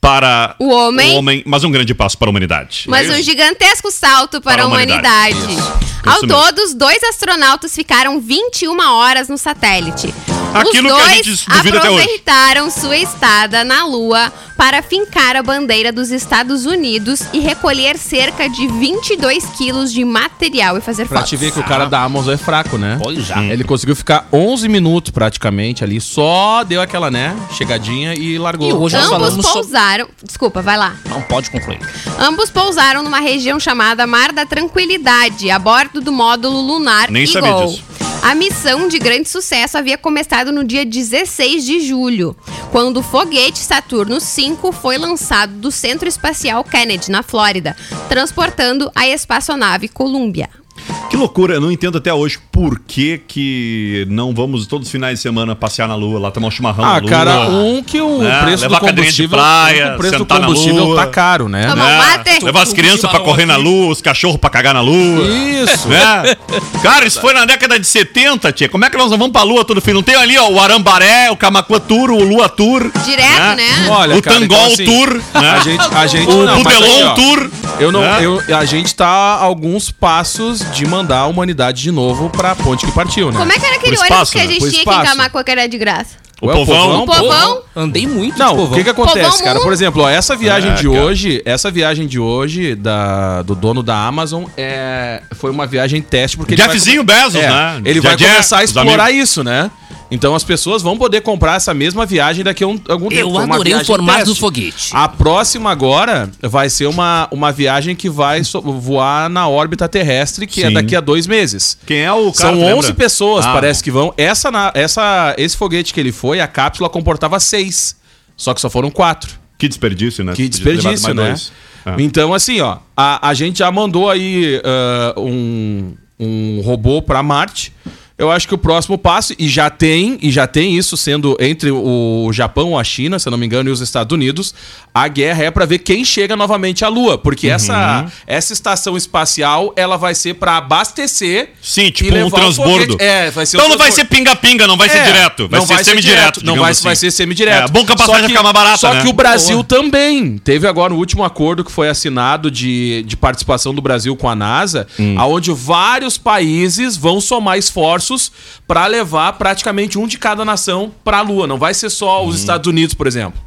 S4: para
S5: O homem.
S4: mas um grande passo para a humanidade.
S5: Mas
S4: É
S5: um
S4: isso?
S5: gigantesco salto para,
S4: Para a
S5: a humanidade.
S4: humanidade. Isso.
S5: Ao
S4: Isso mesmo.
S5: todo, os dois astronautas ficaram 21 horas no satélite.
S4: Aquilo que
S5: os
S4: a
S5: dois
S4: gente duvida até hoje.
S5: aproveitaram sua estada na Lua para fincar a bandeira dos Estados Unidos e recolher cerca de 22 quilos de material e fazer
S6: Pra
S5: fotos.
S6: te ver que o cara da Amazon é fraco, né?
S8: Pois já.
S4: Hum.
S6: Ele conseguiu ficar 11 minutos praticamente ali, só deu aquela, né, chegadinha e largou.
S8: E hoje nós
S5: Ambos
S8: falamos sobre...
S5: pousaram. Desculpa, vai lá.
S8: Não pode concluir.
S5: Ambos pousaram numa região chamada Mar da Tranquilidade, a bordo do módulo lunar
S4: Nem
S5: Eagle.
S4: sabia disso.
S5: A missão de grande sucesso havia começado no dia 16 de julho, quando o foguete Saturno V foi lançado do Centro Espacial Kennedy, na Flórida, transportando a espaçonave Columbia.
S4: Que loucura, eu não entendo até hoje por que, que não vamos todos os finais de semana passear na lua, lá tomar um chimarrão na
S6: Ah,
S4: lua.
S6: cara, um que o
S4: É,
S6: preço do
S4: levar a cadeirinha de
S6: combustível, um
S4: praia,
S6: o preço do
S4: sentar na
S6: combustível
S4: lua.
S6: tá caro, né?
S5: Toma-
S4: né?
S5: um Mate.
S4: Levar as crianças pra correr na lua, os cachorros pra cagar na lua.
S6: Isso.
S4: Né? Cara, isso foi na década de 70, tia. Como é que nós não vamos pra lua todo fim? Não tem ali, ó, o Arambaré, o Camacuã Tour, o Lua Tour.
S5: Direto, né?
S6: Olha,
S4: o
S6: cara, então,
S4: Tangol
S6: assim,
S4: Tour. né?
S6: A gente, a gente
S4: o
S6: não, mas aí,
S4: Budelon
S6: ó,
S4: Tour.
S6: Eu não,
S4: né?
S6: eu, a gente tá a alguns passos de mandar a humanidade de novo pra ponte que partiu, né?
S5: Como é que era aquele
S4: Por
S5: ônibus
S4: espaço,
S5: que a
S4: né?
S5: gente
S6: Por
S5: tinha
S6: espaço.
S5: que encamar com que era de graça?
S4: O
S6: Ué,
S4: povão.
S5: O povão?
S8: Andei muito
S6: Não,
S8: de
S6: o que que
S5: Povão
S6: acontece, cara?
S5: mundo.
S6: Por exemplo, ó, essa viagem
S4: É,
S6: de
S4: cara.
S6: hoje, essa viagem de hoje da, do dono da Amazon é, foi uma viagem teste porque
S4: Jeffzinho
S6: vai come- É,
S4: Bezos, né?
S6: Ele
S4: Já
S6: vai
S4: Jeff,
S6: começar a
S4: os
S6: explorar isso, né? Então as pessoas vão poder comprar essa mesma viagem daqui a um, algum tempo.
S8: Eu
S6: Foi uma
S8: adorei o
S6: viagem
S8: formato
S6: teste.
S8: do foguete.
S6: A próxima agora vai ser uma, uma viagem que vai so- voar na órbita terrestre, que é
S4: Sim.
S6: daqui a dois meses.
S4: Quem é o cara?
S6: São
S4: tu lembra?
S6: 11 pessoas,
S4: Ah,
S6: parece que vão. Essa, na- essa, esse foguete que ele foi, a cápsula comportava seis. Só que só foram quatro.
S4: Que desperdício, né?
S6: Que
S4: Tu podia ter levado
S6: desperdício,
S4: mais
S6: né?
S4: dois. Ah.
S6: Então, assim, ó, a, a gente já mandou aí ah, um, um robô para Marte. Eu acho que o próximo passo, e já tem, e já tem isso sendo entre o Japão, a China, se eu não me engano, e os Estados Unidos, a guerra é para ver quem chega novamente à Lua. Porque
S4: Uhum.
S6: essa, essa estação espacial, ela vai ser para abastecer.
S4: Sim,
S6: e
S4: tipo um
S6: levar o
S4: transbordo.
S6: foguete. É, vai ser um
S4: então não vai ser
S6: transbordo.
S4: pinga-pinga, não vai ser
S6: É,
S4: direto. Vai
S6: não
S4: ser semidireto.
S6: direto, Não vai,
S4: digamos
S6: vai
S4: assim.
S6: ser semidireto.
S4: É, bom que a passagem
S6: Só
S4: fica mais barata,
S6: Só
S4: né?
S6: que o Brasil também teve agora o último acordo que foi assinado de, de participação do Brasil com a NASA,
S4: Hum.
S6: aonde vários países vão somar esforços para levar praticamente um de cada nação para a Lua. Não vai ser só
S4: Hum.
S6: os Estados Unidos, por exemplo.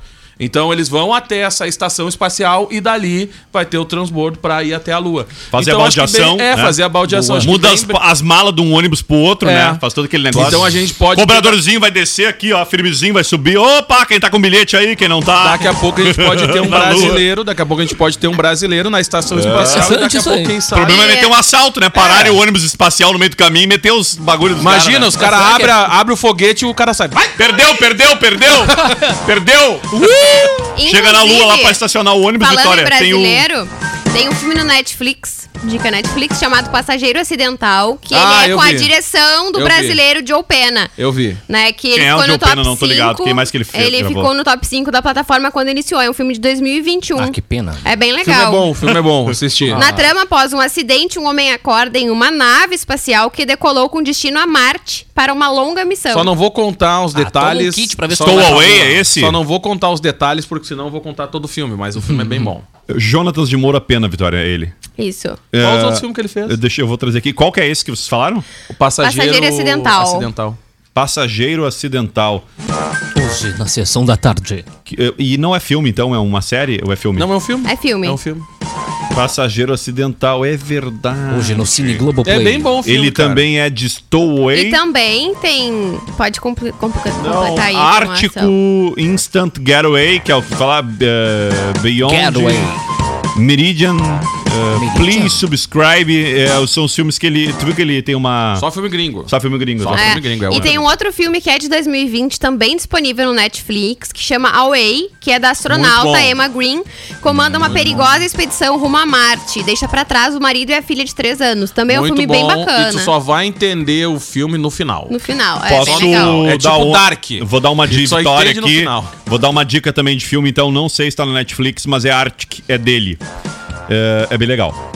S6: Então eles vão até essa estação espacial e dali vai ter o transbordo para ir até a Lua.
S4: Fazer
S6: então,
S4: a
S6: acho que
S4: baldeação.
S6: bem- É,
S4: né?
S6: fazer a baldeação. Acho que
S4: Muda
S6: bem
S4: as, as malas de um ônibus pro outro,
S6: É.
S4: né? Faz todo aquele negócio.
S6: Então a gente pode-
S4: Cobradorzinho vai descer aqui, ó. Firmezinho vai subir. Opa, quem tá com bilhete aí, quem não tá.
S6: Daqui a pouco a gente pode ter um
S4: Na lua.
S6: brasileiro, daqui a pouco a gente pode ter um brasileiro na estação espacial. e daqui a
S8: Isso
S6: pouco
S8: aí.
S6: quem
S4: O
S6: sabe.
S4: problema é meter um assalto, né? Pararem o ônibus espacial no meio do caminho e meter os bagulhos dos
S6: É. Imagina,
S4: cara, né?
S6: os caras
S5: é?
S6: abrem abre o foguete e o cara sai. Vai!
S4: Perdeu, perdeu, perdeu! perdeu! Chega na lua lá pra estacionar o ônibus,
S5: Uh! Falando
S4: Vitória.
S5: em
S4: Tem o.
S5: brasileiro, tem, um filme no Netflix, dica Netflix, chamado Passageiro Acidental, que
S6: Ah,
S5: ele é
S6: eu
S5: com a
S6: vi.
S5: direção do
S6: Eu vi.
S5: brasileiro Joe Pena.
S6: Eu vi.
S5: Né, que ele
S4: Quem é
S5: ficou
S4: o
S5: no
S4: Joe
S5: top
S4: Pena? Não tô ligado.
S5: cinco,
S4: Quem mais que ele fez?
S5: Ele
S4: Gravou.
S5: ficou no top 5 da plataforma quando iniciou. É um filme de 2021.
S8: Ah, que pena.
S5: É bem
S6: O filme é
S5: legal.
S6: bom, o filme é bom, assistir.
S5: Na trama, após um acidente, um homem acorda em uma nave espacial que decolou com destino a Marte para uma longa missão.
S6: Só não vou contar
S5: Ah,
S6: os detalhes.
S8: toma um kit pra ver se
S6: Só
S8: tu
S6: não-
S4: vai pra lua.
S6: Só não vou contar os detalhes, porque senão eu vou contar todo o filme, mas o filme é bem bom.
S4: Jonatas de Moura Pena, Vitória, é ele.
S5: Isso.
S6: Qual os
S4: É,
S6: outros filmes que ele fez?
S4: Eu, deixei, eu vou trazer aqui. Qual que é esse que vocês falaram?
S6: O passageiro,
S5: Passageiro Acidental.
S6: acidental.
S4: Passageiro Acidental.
S8: Hoje, na sessão da tarde.
S4: Que- E não é filme, então? É uma série ou é filme?
S6: Não, é um filme.
S5: É filme.
S6: É um filme.
S4: Passageiro Acidental, é verdade.
S8: Hoje no Cine Globo
S6: É bem bom o filme.
S4: Ele
S6: cara.
S4: também é de Stowaway.
S5: E também tem. Pode compl- compl- completar Então, tá aí. a informação.
S4: Ártico Instant Getaway, que é o que fala eh, Beyond
S8: Getaway.
S4: Meridian, eh, Please Subscribe. eh, são os filmes que ele. Tu viu que ele tem uma. Só,
S6: Só filme gringo.
S4: filme gringo.
S6: Só
S4: né?
S6: filme gringo, é
S5: e
S6: outro.
S5: tem um outro filme que é de 2020, também disponível no Netflix, que chama Away, que é da
S6: Muito
S5: astronauta
S6: bom.
S5: Emma Green. Comanda uma perigosa expedição rumo a Marte. Deixa pra trás o marido e a filha de 3 anos. Também é um filme bem
S6: E tu
S5: bacana.
S6: só vai entender o filme no final.
S5: No final. É
S4: Posso
S5: bem legal.
S6: É
S4: dar
S6: tipo
S4: um-
S6: Dark.
S4: Vou dar uma de
S6: Só
S4: vitória
S6: entende no
S4: aqui.
S6: final.
S4: Vou dar uma dica também de filme, então não sei se tá no Netflix, mas é Arctic, é dele. É, é bem legal.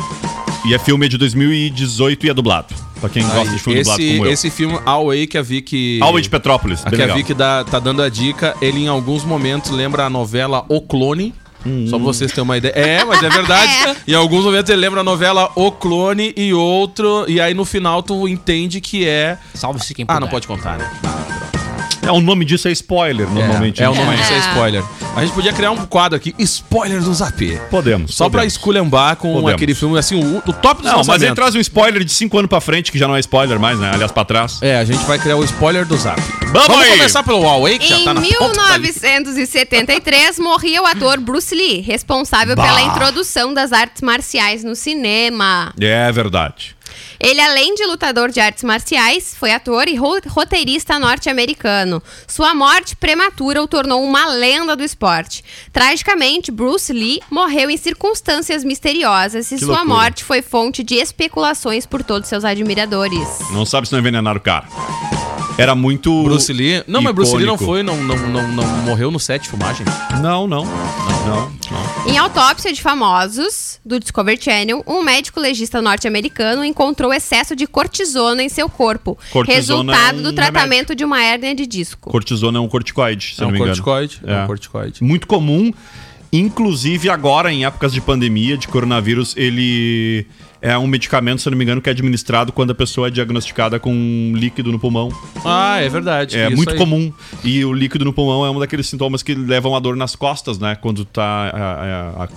S4: E é filme de 2018 e é dublado. Pra quem gosta de filme dublado
S6: esse,
S4: como eu.
S6: esse filme Away que a Vicky.
S4: Aula de Petrópolis,
S6: a
S4: bem
S6: que a
S4: legal.
S6: Vicky dá- tá dando a dica, ele em alguns momentos lembra a novela O Clone. Só pra vocês terem uma ideia. É, mas é verdade. Em alguns momentos ele lembra a novela O Clone e outro. E aí no final tu entende que é.
S8: Salve-se quem puder.
S6: Ah, não pode contar, né?
S4: É, o nome disso é spoiler, normalmente.
S6: É, é o
S4: né?
S6: nome
S4: Mas
S6: disso é spoiler. A gente podia criar um quadro aqui, spoiler do Zap.
S4: Podemos.
S6: Só pra
S4: podemos.
S6: esculhambar com
S4: Podemos.
S6: aquele filme, assim, o, o top dos
S4: Não, mas ele
S6: lançamentos.
S4: traz um spoiler de 5 anos pra frente, que já não é spoiler mais, né? Aliás, pra trás.
S6: É, a gente vai criar o spoiler do Zap.
S4: Vamos aí.
S6: começar pelo Huawei, que já
S5: Em
S6: tá na ponta da língua.
S5: 1973, morria o ator Bruce Lee, responsável pela introdução das artes marciais no cinema.
S4: É, verdade.
S5: Ele, além de lutador de artes marciais, foi ator e ro- roteirista norte-americano. Sua morte prematura o tornou uma lenda do esporte. Tragicamente, Bruce Lee morreu em circunstâncias misteriosas e sua
S4: loucura.
S5: morte foi fonte de especulações por todos seus admiradores.
S4: Não sabe se não envenenaram o cara. Era muito.
S6: Bruce Lee. Não,
S4: icônico.
S6: mas Bruce Lee não foi, não, não, não, não morreu no set de filmagem.
S4: Não, não. Não, não.
S5: Em autópsia de famosos do Discovery Channel, um médico legista norte-americano encontrou excesso de cortisona em seu corpo,
S4: Cortisona
S5: resultado
S4: é um
S5: do tratamento de uma hérnia de disco.
S4: Cortisona é um corticoide, se eu
S6: É
S4: não
S6: um
S4: me engano.
S6: corticoide, é um corticoide.
S4: Muito comum, inclusive agora, em épocas de pandemia, de coronavírus, ele é um medicamento, se eu não me engano, que é administrado quando a pessoa é diagnosticada com um líquido no pulmão.
S6: Ah, é verdade.
S4: É
S6: Isso
S4: muito
S6: aí.
S4: comum. E o líquido no pulmão é um daqueles sintomas que levam a dor nas costas, né? Quando tá. a- a- a-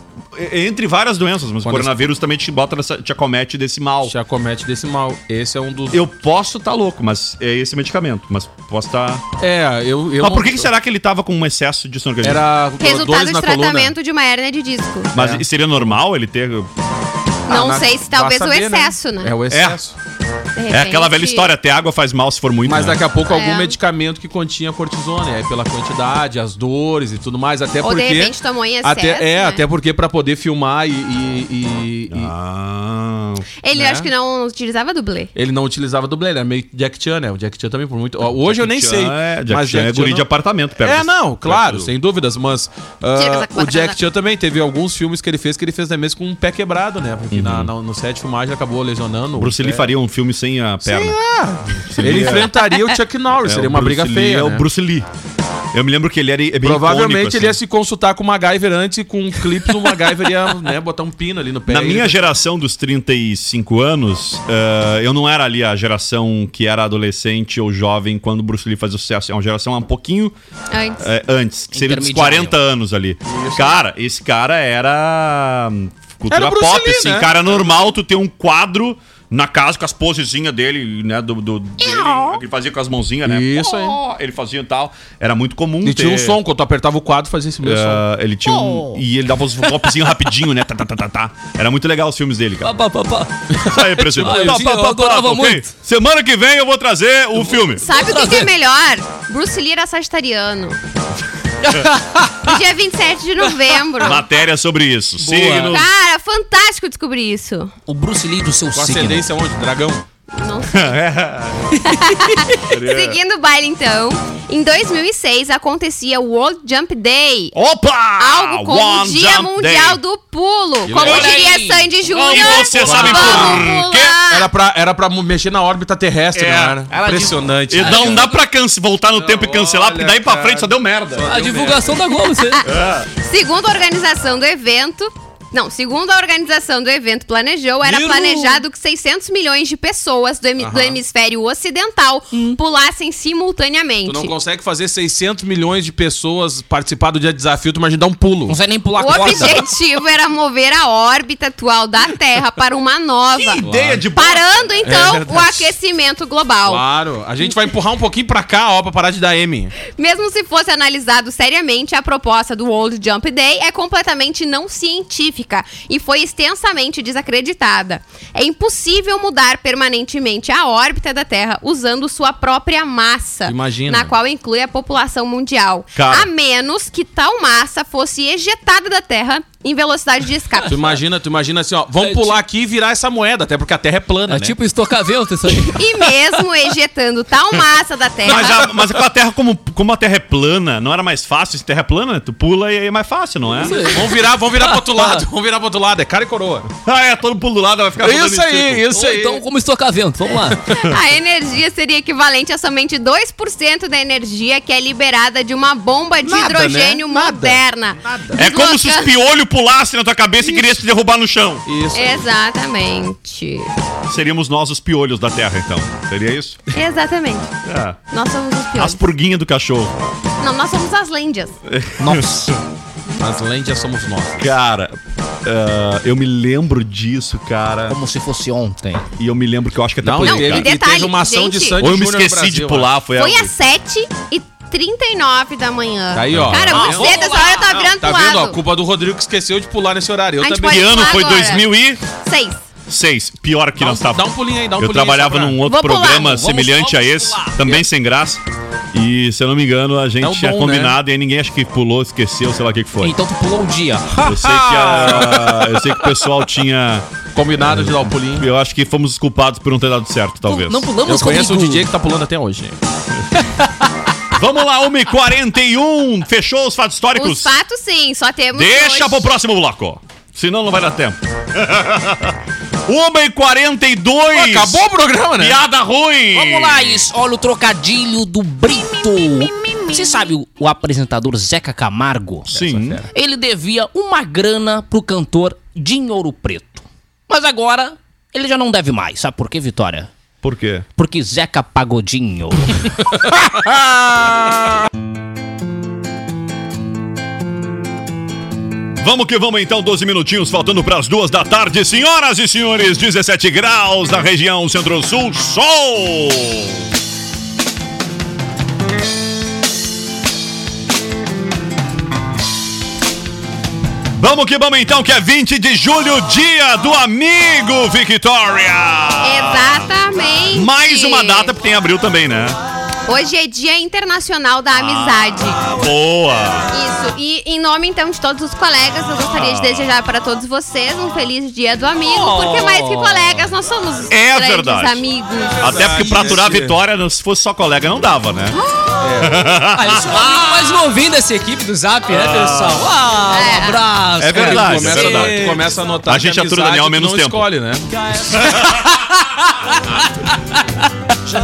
S4: Entre várias doenças, mas
S6: Quando
S4: o coronavírus também te bota nessa- te acomete desse mal.
S6: Te acomete desse mal. Esse é um dos.
S4: Eu posso estar louco, mas é esse medicamento. Mas posso estar.
S6: É, eu.
S4: Mas
S6: eu não-
S4: por que, que será que ele tava com um excesso de organismo?
S6: Era
S5: Resultado
S6: dores na
S5: de
S6: coluna.
S5: tratamento de uma hérnia de disco.
S4: Mas
S6: é.
S4: seria normal ele ter. É
S5: Não
S6: Ah, na-
S5: sei se
S6: vai
S5: talvez
S6: saber,
S5: o excesso, né?
S6: É o excesso.
S5: De
S4: É aquela
S5: repente-
S4: velha história, até água faz mal se for muito.
S6: Mas
S4: né?
S6: daqui a pouco algum
S5: É.
S6: medicamento que continha cortisona, é pela quantidade, as dores e tudo mais, até
S5: Ou de
S6: porque
S5: repente tomou em excesso.
S6: até é,
S5: né?
S6: até porque pra poder filmar e, e- e- e-
S4: Ah.
S5: Ele
S6: né?
S5: acho que não utilizava dublê.
S6: ele não utilizava dublê, ele era meio Jack Chan, né? O Jack Chan também por muito. ó, Hoje eu nem
S4: Chan
S6: sei,
S4: É, Jack Chan é
S6: Jack
S4: guri
S6: não-
S4: de apartamento, perto
S6: É,
S4: dos-
S6: não, claro,
S4: perto do-
S6: sem dúvidas, mas ah, o Jack Chan também teve alguns filmes que ele fez que ele fez até mesmo com um pé quebrado, né? Porque na- na- no set de filmagem ele acabou lesionando. o
S4: Uhum. Bruce Lee
S6: pé.
S4: faria um filme sem a perna.
S6: Ele enfrentaria o Chuck Norris,
S4: É,
S6: seria
S4: o
S6: uma
S4: Bruce
S6: briga
S4: Lee
S6: feia.
S4: É o
S6: né?
S4: Bruce Lee. Eu me lembro que ele era é bem
S6: Provavelmente
S4: icônico,
S6: ele ia
S4: assim.
S6: se consultar com o MacGyver antes e com um clipe o MacGyver ia né, botar um pino ali no pé.
S4: Na
S6: Ele-
S4: minha geração dos 35 anos, eh, eu não era ali a geração que era adolescente ou jovem quando o Bruce Lee fazia sucesso. É uma geração um pouquinho
S5: Antes.
S4: eh, antes, que seria dos
S8: Intermediário.
S4: 40 anos ali. Cara, esse cara era hum, cultura
S6: Era o Bruce
S4: pop,
S6: Lee,
S4: assim.
S6: né?
S4: Cara, normal tu ter um quadro na casa com as posezinhas dele, né? Do, do- dele, que ele fazia com as mãozinhas, né?
S6: Isso aí.
S4: Pó, Ele fazia e tal. Era muito comum
S6: E tinha um
S4: ter-
S6: som, quando tu apertava o quadro, fazia esse mesmo som.
S4: Ah, ele tinha um. E ele dava os golpezinhos rapidinho, né? Tá, tá, tá, tá, tá. Era muito legal os filmes dele,
S7: Pá,
S4: cara.
S7: pá, pá, pá.
S4: Isso aí, presidente.
S7: Ah, eu
S4: Tá,
S7: tinha-
S4: tá,
S7: eu
S4: tá,
S7: adorava
S4: tá, ok.
S7: muito.
S4: Semana que vem eu vou trazer o filme.
S5: Sabe o que, que é melhor? Bruce Lee era sagitariano. No dia 27 de novembro.
S4: Matéria sobre isso. Signos.
S5: Cara, fantástico descobrir isso.
S8: O Bruce Lee do seu
S6: Com
S8: signo.
S6: ascendência onde? Dragão?
S5: Não sei.
S4: é-
S5: Seguindo o baile, então. Em 2006, acontecia o World Jump Day.
S4: Opa!
S5: Algo como o
S4: One
S5: Dia
S4: Ah, Jump
S5: Mundial
S4: Day.
S5: do Pulo. Como
S4: legal.
S5: diria Sandy Júnior.
S4: E você sabe
S5: vamos
S4: por quê?
S5: pular.
S6: Era pra, era pra mu- mexer na órbita terrestre,
S4: É.
S6: não era?
S4: Ela
S6: Impressionante.
S4: E não dá pra canse- voltar no tempo e cancelar,
S6: olha,
S4: porque daí pra
S6: cara.
S4: frente só deu merda.
S7: A divulgação da Globo,
S6: É.
S7: você.
S5: Segundo a organização do evento. Não, segundo a organização do evento planejou, era
S6: Viu?
S5: planejado que 600 milhões de pessoas do, hemi- do hemisfério ocidental pulassem simultaneamente.
S6: Tu não consegue fazer 600 milhões de pessoas participar do dia de desafio, tu imagina dar um pulo.
S8: Não consegue nem pular
S5: O
S8: corda.
S5: objetivo era mover a órbita atual da Terra para uma nova,
S4: Ideia de
S5: parando então
S6: É
S5: o
S6: verdade.
S5: aquecimento global.
S6: Claro, a gente vai empurrar um pouquinho pra cá, ó, pra parar de dar M.
S5: Mesmo se fosse analisado seriamente, a proposta do World Jump Day é completamente não científica e foi extensamente desacreditada. É impossível mudar permanentemente a órbita da Terra usando sua própria massa,
S6: Imagina.
S5: na qual inclui a população mundial,
S4: Cara.
S5: a menos que tal massa fosse ejetada da Terra em velocidade de escape.
S6: Tu imagina, tu imagina assim, ó, vamos
S7: É,
S6: pular aqui e virar essa moeda, até porque a Terra é plana,
S7: É
S6: né?
S7: tipo estocavento isso aí.
S5: E mesmo ejetando tal massa da Terra,
S4: Mas, a, mas com a Terra, como, como a Terra é plana, não era mais fácil? Se Terra é plana, tu pula e aí é mais fácil, não é?
S6: Vamos virar, vamos virar pro outro lado. Vamos virar pro outro lado. É cara e coroa.
S4: Ah, é, todo pulo do lado, vai ficar rodando em
S6: Isso aí,
S4: círculo.
S6: isso
S7: Ou
S6: aí.
S7: então como estocavento, vamos lá.
S5: A energia seria equivalente a somente 2% da energia que é liberada de uma bomba de
S6: Nada,
S5: hidrogênio
S6: né? Nada.
S5: moderna.
S4: É como se os
S5: Desloca-
S4: piolhos pulassem na tua cabeça e queriam te derrubar no chão.
S6: Isso.
S5: Exatamente.
S4: Seríamos nós os piolhos da Terra, então. Seria isso?
S5: Exatamente.
S4: É.
S5: Nós somos os
S4: As
S5: piores.
S4: purguinhas do cachorro.
S5: Não, nós somos as lendas.
S8: Nossa.
S6: As lendas somos nós.
S4: Cara, ah, eu me lembro disso, cara.
S8: Como se fosse ontem.
S4: E eu me lembro que eu acho que até
S6: Não,
S4: por
S6: e
S4: isso,
S5: e
S6: teve,
S4: cara.
S6: e
S5: detalhe,
S6: teve uma ação de
S5: gente,
S6: Sandy
S4: Ou eu me
S6: Júnior no
S4: esqueci de
S6: Brasil,
S4: pular, foi,
S5: Foi
S4: a-
S5: às 7 e 39 da manhã.
S6: É Tá aí, ó.
S5: Cara,
S6: Tá
S5: muito
S6: vendo?
S5: cedo, essa hora eu tava virando
S6: Tá
S5: pro
S6: vendo? ó, A
S5: lado.
S6: culpa do Rodrigo que esqueceu de pular nesse horário. Eu
S5: A gente
S6: também.
S4: Que ano foi
S5: Agora.
S4: 2006?
S5: 6.
S4: Pior que
S6: Dá um-
S4: nós tava.
S6: dá um pulinho aí, dá um
S4: Eu
S6: pulinho aí,
S4: trabalhava
S6: só pra-
S4: num outro
S5: Vou pular.
S4: programa
S5: Vamos,
S4: semelhante a esse, também sem graça. E se eu não me engano, a gente
S6: É o
S4: tinha
S6: dom,
S4: combinado e aí ninguém acho que pulou, esqueceu, sei lá o que, que foi.
S8: Então tu pulou um dia.
S4: Eu sei que a- eu sei que o pessoal tinha.
S6: Combinado de dar o pulinho.
S4: Eu acho que fomos os culpados por não ter dado certo, talvez.
S8: Não
S6: Eu
S8: pulamos
S6: conheço um
S8: comigo.
S6: DJ que tá pulando até hoje.
S4: Vamos lá, 1h41. Fechou os fatos históricos?
S5: Os fatos, sim, só temos.
S4: Deixa
S5: hoje.
S4: pro próximo bloco. Senão não vai dar tempo. 1h42.
S6: Acabou o programa, né?
S4: Piada ruim.
S8: Vamos lá, Is. Olha o trocadilho do Brito. Você sabe o- o apresentador Zeca Camargo?
S4: Sim.
S8: Ele devia uma grana pro cantor Dinho Ouro Preto. Mas agora Ele já não deve mais. Sabe por quê, Vitória?
S4: Por quê?
S8: Porque Zeca Pagodinho.
S4: Vamos que vamos então, 12 minutinhos faltando para as duas da tarde, senhoras e senhores, 17 graus na região centro-sul, sol! Vamos que vamos então, que é 20 de julho, dia do amigo Victoria!
S5: Exatamente.
S4: Mais uma data porque tem abril também, né?
S5: Hoje é Dia Internacional da Amizade.
S4: Boa!
S5: Isso. E em nome, então, de todos os colegas, eu gostaria de desejar para todos vocês um feliz Dia do Amigo, porque mais que colegas, nós somos os
S4: É
S5: grandes
S4: verdade.
S5: amigos.
S4: Até porque pra aturar a
S6: Esse-
S4: vitória, se fosse só colega, não dava, né?
S7: Ah, esse é o amigo mais novinho dessa equipe do Zap, né, pessoal? Ah, um abraço.
S4: É
S6: Cara,
S4: verdade,
S6: tu começa,
S4: é verdade.
S6: Tu começa a notar
S4: A gente
S6: que
S4: atura o
S6: amizade
S4: Daniel
S6: tu
S4: menos
S6: não
S4: tempo.
S6: escolhe, né?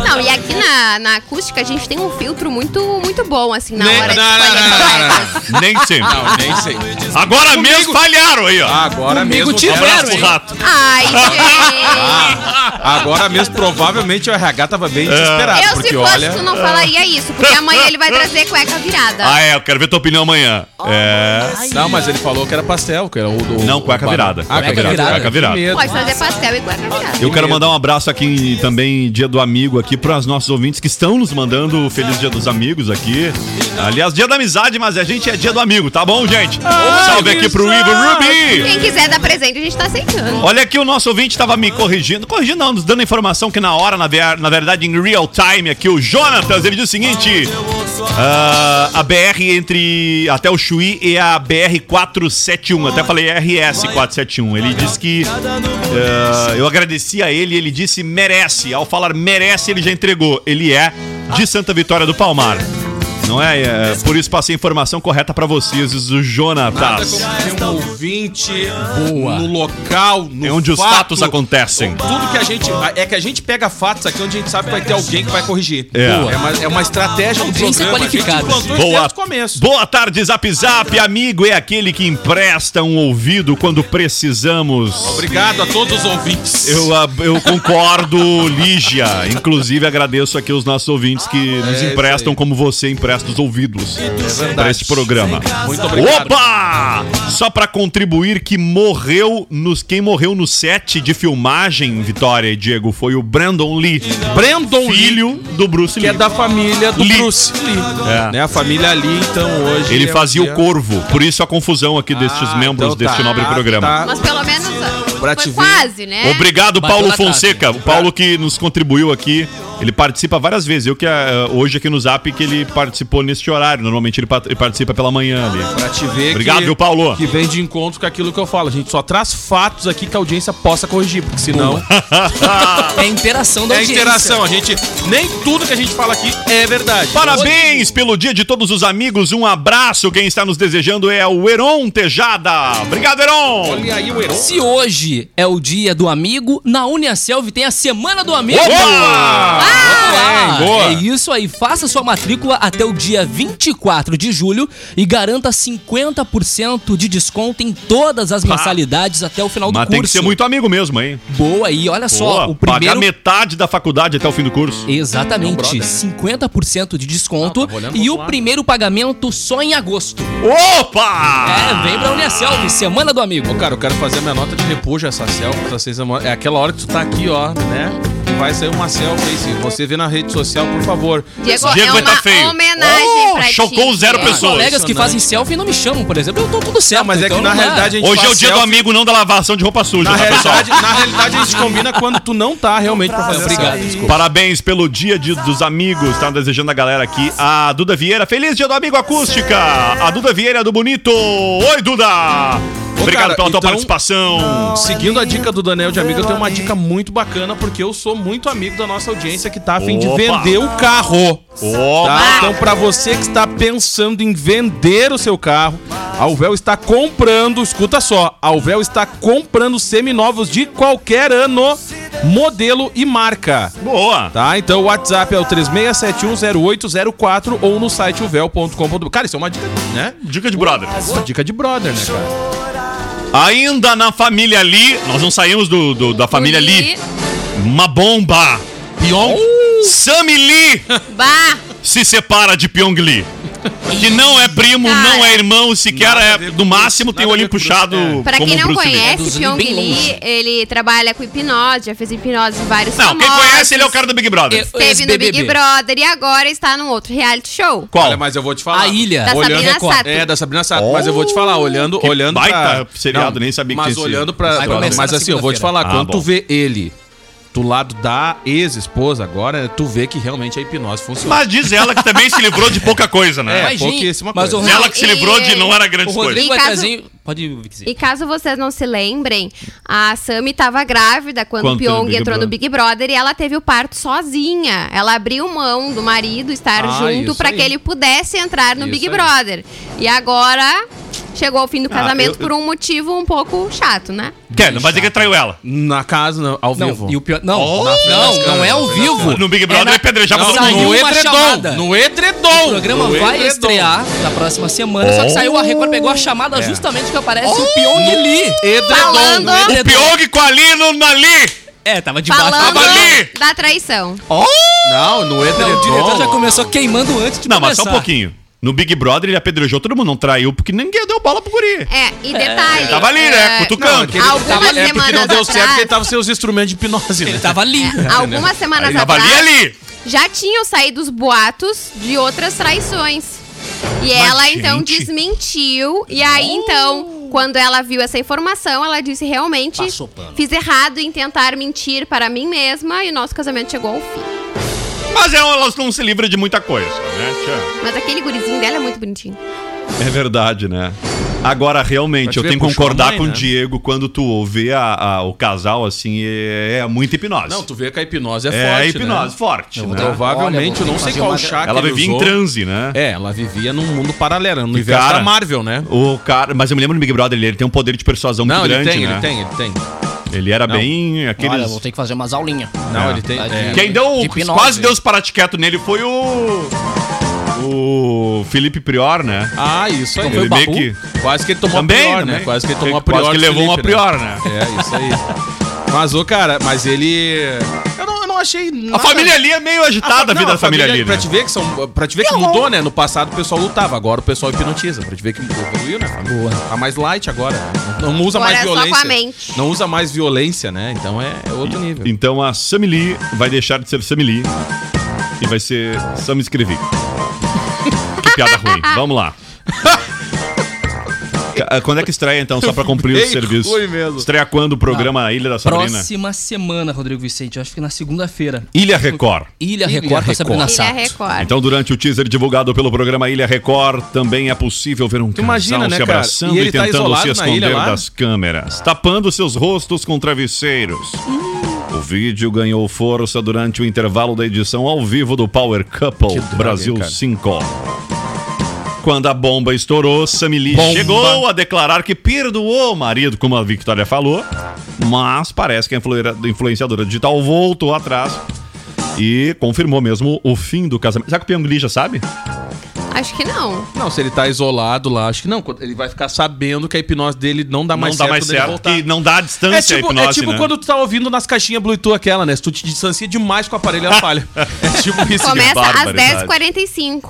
S5: Não, e aqui na, na acústica a gente tem um filtro muito, muito bom, assim, na
S6: Nem-
S5: hora de
S6: Né? não, não,
S5: escolher
S6: não, não,
S5: colegas.
S4: Nem sempre.
S6: Não, nem sei.
S4: Agora mesmo falharam aí, ó.
S6: Agora mesmo...
S7: tiveram,
S4: Abraço pro
S7: hein?
S4: rato.
S6: Ah,
S5: Ai,
S6: tá,
S5: gente.
S6: Agora mesmo, provavelmente, o RH tava bem desesperado,
S5: Eu, se
S6: porque
S5: fosse,
S6: olha...
S5: tu não falaria isso, porque amanhã ele vai trazer cueca virada.
S4: Ah, é, eu quero ver tua opinião amanhã. É.
S6: Não, mas ele falou que era pastel, que era o do...
S4: Não, cueca
S6: o-
S4: virada.
S6: Ah,
S7: Cueca
S6: cueca virada.
S7: virada.
S4: Cueca virada.
S6: Que medo.
S5: Pode fazer pastel e cueca virada.
S4: Eu quero mandar um abraço aqui em- também, dia do amigo, aqui para os nossos ouvintes que estão nos mandando o Feliz Dia dos Amigos aqui. Aliás, dia da amizade, mas a gente é dia do amigo, tá bom, gente? Um salve aqui pro Ivo Ruby!
S5: Quem quiser dar presente, a gente tá aceitando.
S4: Olha aqui, o nosso ouvinte estava me corrigindo, corrigindo não, nos dando informação que na hora, na, ver- na verdade, em real time aqui, o Jonatas, ele diz o seguinte, ah, a BR entre, até o Chuí e a BR 471, até falei RS 471, ele disse que, ah, eu agradeci a ele, ele disse merece, ao falar merece ele já entregou, ele é de Santa Vitória do Palmar. Não é? É, por isso passei a informação correta pra vocês, o
S6: Nada
S4: Jonatas.
S6: como ter um ouvinte
S7: Boa.
S6: no local, no
S4: É onde os
S6: fato.
S4: fatos acontecem.
S6: Tudo que a gente. É que a gente pega fatos aqui onde a gente sabe que vai ter alguém que vai corrigir.
S4: É.
S6: É uma, é uma estratégia do
S7: Audiência
S6: programa. A gente
S7: qualificada.
S6: implantou isso
S4: Boa,
S6: desde o começo.
S4: boa tarde, Zap Zap. Amigo é aquele que empresta um ouvido quando precisamos.
S6: Obrigado a todos os ouvintes.
S4: Eu, ah, eu concordo, Lígia. Inclusive, agradeço aqui os nossos ouvintes que nos
S6: Ah, é isso
S4: emprestam
S6: aí. É
S4: como você empresta os ouvidos
S6: verdade.
S4: para este programa.
S6: Muito obrigado.
S4: Opa! Só para contribuir que morreu nos quem morreu no set de filmagem, Vitória e Diego, foi o Brandon Lee,
S6: Brandon Lee,
S4: filho do Bruce
S6: que
S4: Lee.
S6: é da família do
S4: Lee.
S6: Bruce Lee.
S4: É.
S6: Né, a família ali, então, hoje.
S4: Ele
S6: é
S4: fazia
S6: dia-
S4: o corvo, por isso a confusão aqui destes
S6: Ah,
S4: membros
S6: então tá.
S4: deste nobre
S6: Ah,
S4: programa.
S6: tá.
S5: Mas pelo menos ó,
S6: Pra te
S5: foi
S6: ver.
S5: quase, né?
S4: Obrigado,
S7: É. Bateu
S4: Paulo
S7: na trave.
S4: Fonseca. O Paulo que nos contribuiu aqui. Ele participa várias vezes. Eu que ah, hoje aqui no Zap que ele participou neste horário. Normalmente ele, pat- ele participa pela manhã ali.
S6: Pra te ver
S4: Obrigado,
S6: que,
S4: viu, Paulo?
S6: que vem de encontro com aquilo que eu falo. A gente só traz fatos aqui que a audiência possa corrigir, porque senão
S7: É a interação da
S6: é
S7: audiência.
S6: interação. A gente. Nem tudo que a gente fala aqui é verdade.
S4: Parabéns pelo dia de todos os amigos. Um abraço. Quem está nos desejando é o Heron Tejada. Obrigado, Heron.
S6: Olha aí o herói.
S7: Se hoje é o dia do amigo, na Uniaselv tem a Semana do Amigo.
S4: Opa! Bem, boa.
S7: É isso aí, faça sua matrícula até o dia 24 de julho e garanta 50% de desconto em todas as mensalidades até o final do
S4: Mas
S7: curso.
S4: tem que ser muito amigo mesmo, hein?
S7: boa aí, olha só,
S4: Boa,
S7: o
S4: Pagar
S7: primeiro
S4: metade da faculdade até o fim do curso.
S7: Exatamente,
S6: brother, né?
S7: 50% de desconto
S4: tá
S6: Ah, tava olhando
S7: e
S6: pro
S7: o
S6: outro lado.
S7: primeiro pagamento só em agosto.
S4: Opa!
S7: É, vem pra Uniaselv, Semana do Amigo.
S6: Ô, cara, eu quero fazer minha nota de repúdio essa selfie. Essa seis da manhã. É aquela hora que tu tá aqui, ó, né? E vai sair uma selfie aí. Se você vê na rede social, por favor.
S5: Diego,
S4: Diego
S5: é
S4: vai tá
S5: uma
S4: feio.
S5: homenagem
S4: Oh,
S5: pra ti.
S4: chocou zero
S5: Diego.
S7: Os
S4: pessoas.
S7: colegas que
S6: impressionante.
S7: fazem selfie não me chamam, por exemplo, eu tô tudo certo.
S6: Não, mas é
S7: então
S6: que na
S7: não
S6: realidade a gente
S4: Hoje é o
S6: faz
S4: dia do
S6: selfie.
S4: amigo, não da lavação de roupa suja,
S6: Na
S4: tá, pessoal?
S6: realidade, na realidade, a gente combina quando tu não tá realmente pra fazer
S7: Obrigado,
S6: selfie.
S4: Desculpa. Parabéns pelo dia de- dos amigos. Tá desejando a galera aqui. A Duda Vieira, feliz dia do amigo acústica. A Duda Vieira do Bonito. Oi, Duda. Obrigado
S6: cara,
S4: pela tua
S6: então-
S4: participação.
S6: Seguindo a dica do Daniel de amigo, eu tenho uma dica muito bacana, porque eu sou muito amigo da nossa audiência que tá a fim
S4: Opa.
S6: de vender o carro.
S4: Opa.
S6: Tá? Então, pra você que está pensando em vender o seu carro, a Uvel está comprando, escuta só, a Uvel está comprando seminovos de qualquer ano, modelo e marca.
S4: Boa.
S6: Tá? Então o WhatsApp é o 36710804 ou no site uvel.com.br. Cara, isso é uma dica, né?
S4: Dica de brother.
S6: Uma dica de brother, né, cara?
S4: Ainda na família Lee, nós não saímos do, do- da família Lee. Uma bomba. Pyong. Sammy Lee
S5: Bah!
S4: se separa de Pyong Lee. Que não é primo,
S5: Cara.
S4: não é irmão, sequer
S6: Nada a
S4: é.
S6: ver com
S4: No
S6: Bruce,
S4: máximo tem o
S6: nada a
S4: olho
S6: ver com Bruce,
S4: puxado.
S6: é.
S5: Pra quem
S4: como
S5: não
S4: Bruce Lee.
S5: conhece,
S8: Dos
S5: Pyong
S8: bem
S5: Lee,
S8: longe.
S5: ele trabalha com hipnose, já fez hipnose em vários
S4: Não, quem
S5: famosos,
S4: conhece ele é o cara do Big Brother.
S8: Eu-
S5: Teve no Big
S8: SBBB.
S5: Brother e agora está num outro reality show.
S4: Qual?
S6: Olha, mas eu vou te falar.
S8: A Ilha.
S5: Da
S6: Olhando-
S5: Sabrina Sato.
S6: É, da Sabrina Sato. Mas eu vou te falar, olhando,
S4: Oh, Que
S6: olhando
S4: baita
S6: pra...
S4: seriado, nem sabia que
S6: Mas
S4: tinha
S6: olhando
S4: esse-
S6: pra...
S4: Vai
S6: Mas
S4: começar
S6: assim,
S8: na
S6: eu vou te falar,
S4: segunda-feira.
S6: quando
S4: Ah,
S6: tu
S4: bom.
S6: vê ele do lado da ex-esposa agora, tu vê que realmente a hipnose funciona.
S4: Mas diz ela que também se livrou de pouca coisa, né?
S6: É, pouquíssima
S8: mas o
S6: coisa.
S4: Diz ela que se
S5: Não, e-
S4: livrou de não era grande
S8: O
S4: coisa.
S8: Rodrigo
S5: E caso-
S8: Atrazinho. Pode ir, Vicky.
S5: E caso vocês não se lembrem, a Sami estava grávida quando,
S4: Quando
S5: o
S4: teve o
S5: Pyong
S4: Big
S5: entrou
S4: Brother.
S5: no Big Brother e ela teve o parto sozinha. Ela abriu mão do marido estar
S6: Ah,
S5: junto
S6: isso
S5: para
S6: aí.
S5: que ele pudesse entrar no
S6: Isso
S5: Big
S6: aí.
S5: Brother. E agora chegou ao fim do casamento
S6: eu-
S5: por um motivo um pouco chato, né?
S4: Quer, não vai dizer que traiu ela.
S6: Na casa, não, ao
S8: Não,
S6: vivo.
S8: e o pior. Não,
S4: Oh!
S8: não, não é ao vivo.
S4: No Big Brother
S8: na-
S4: ele apedrejava todo
S8: saiu
S4: mundo.
S8: uma chamada.
S6: edredom. No edredom.
S8: O programa
S6: No
S8: vai
S6: edredom.
S8: estrear na próxima semana. Só que
S4: Oh.
S8: saiu a Record, pegou a chamada
S4: É.
S8: justamente que aparece o Pyong Lee.
S5: Falando-
S8: No
S4: O
S8: edredom.
S4: Pyong com a Lino na Li.
S8: É, tava debaixo
S5: Falando
S8: da
S4: ali!
S5: da traição.
S6: Não, no
S8: Oh! Não,
S6: edredom.
S8: o diretor já começou queimando antes de
S4: Oh. Não, mas só um
S8: começar.
S4: pouquinho. No Big Brother ele apedrejou todo mundo, não traiu, porque ninguém deu bola pro guri.
S5: É, e detalhe.
S4: Tava ali,
S5: é,
S4: né?
S6: Não,
S4: Cutucando.
S6: aquele
S5: Algumas
S6: tava, é porque não
S5: semanas
S6: deu certo
S5: atrás-
S6: porque ele tava sem os instrumentos de hipnose.
S8: Ele tá-
S6: né?
S8: tava ali.
S5: Algumas semanas
S4: Tava ali,
S5: atrás.
S4: ali.
S5: já tinham saído os boatos de outras traições. E ela então
S4: gente.
S5: desmentiu. E aí então, quando ela viu essa informação, ela disse realmente
S8: Passou pano.
S5: fiz errado em tentar mentir para mim mesma e o nosso casamento chegou ao fim.
S4: Mas elas não se livram de muita coisa, né, Tchau.
S5: Mas aquele gurizinho dela é muito bonitinho.
S4: É verdade, né? Agora, realmente,
S6: Pode
S4: eu
S6: ver,
S4: tenho que
S6: puxou a
S4: concordar
S6: mãe,
S4: com o
S6: né?
S4: Diego quando tu ouve a, a- o casal, assim, é, é muita hipnose.
S6: Não, tu vê que a hipnose é,
S4: é
S6: forte,
S4: hipnose,
S6: né?
S4: forte.
S6: Eu
S4: né?
S6: vou Provavelmente,
S8: Olha,
S6: eu não
S8: vou
S6: sei
S8: fazer
S6: qual
S8: uma-
S6: chá que
S4: Ela
S6: ele
S4: vivia em
S6: usou.
S4: transe, né?
S6: É, ela vivia num mundo paralelo, no
S4: E,
S6: universo
S4: cara,
S6: da Marvel, né?
S4: O cara, mas eu me lembro do Big Brother, ele, ele tem um poder de persuasão
S6: Não,
S4: muito
S6: ele
S4: grande,
S6: tem,
S4: né?
S6: ele tem, ele tem.
S4: Ele era
S6: Não.
S4: bem aqueles...
S8: Olha, vou ter que fazer umas aulinhas.
S6: Não, ele tem.
S8: Tadinho.
S6: é.
S4: Quem deu o-
S8: Hipnose.
S4: quase deu os paratiquetos nele foi o... O Felipe Prior, né?
S6: Ah, isso aí.
S8: Não foi o Babu?
S6: Quase que ele tomou
S4: Também,
S6: a prior,
S4: também.
S6: né? Quase que ele tomou a prior.
S4: Quase que
S6: do
S4: levou uma
S6: Felipe, né?
S4: prior, né?
S6: É, isso aí. Mas, ô, cara, mas ele. Eu não, eu não achei.
S4: A família ali é meio agitada a,
S6: não,
S4: vida da família ali,
S6: Pra
S4: né?
S6: te ver que, são, pra te ver que mudou, né? No passado o pessoal lutava, agora o pessoal hipnotiza. Pra te ver que evoluiu, né? Boa. Tá mais light agora. né? Não, não usa
S5: Agora
S6: mais
S5: é só
S6: violência.
S5: com a mente.
S6: Não usa mais violência, né? Então é, é outro nível.
S4: Então a Sammy Lee vai deixar de ser Sammy Lee e vai ser Sam Escrevi. que piada ruim. Vamos lá. Ca- Quando é que estreia, então, só pra cumprir
S6: Bem
S4: o serviço?
S6: ruim mesmo.
S4: Estreia quando o programa Ilha da Sabrina?
S8: Próxima semana, Rodrigo Vicente. Acho que na segunda-feira.
S4: Ilha Record.
S8: Ilha Record tá com a Sabrina
S5: Ele é
S8: Sato.
S5: Record.
S4: Então, durante o teaser divulgado pelo programa Ilha Record, também é possível ver um
S6: Tu imagina,
S4: casal
S6: né,
S4: se
S6: cara?
S4: abraçando
S6: E
S4: e,
S6: ele tá
S4: tentando
S6: isolado
S4: se
S6: na ilha
S4: esconder
S6: lá?
S4: das câmeras, tapando seus rostos com travesseiros. O vídeo ganhou força durante o intervalo da edição ao vivo do Power Couple
S6: Que droga,
S4: Brasil
S6: hein, cara?
S4: 5. Quando a bomba estourou, Samili
S6: Bomba.
S4: chegou a declarar que perdoou o marido, como a Victoria falou, mas parece que a influera- influenciadora digital voltou atrás e confirmou mesmo o fim do casamento. Será que o Pyong Lee já sabe?
S5: Acho que não.
S6: Não, se ele tá isolado lá, acho que não. Ele vai ficar sabendo que a hipnose dele não dá mais
S4: não dá
S6: certo
S4: mais
S6: quando ele
S4: certo.
S6: voltar.
S4: E não dá a distância
S6: É
S4: a
S6: tipo,
S4: hipnose,
S6: é tipo
S4: né?
S6: quando tu tá ouvindo nas caixinhas Bluetooth aquela, né? Se tu te distancia demais com o aparelho, ela falha. É tipo isso.
S5: Começa às
S4: barbaridade.
S5: 10h45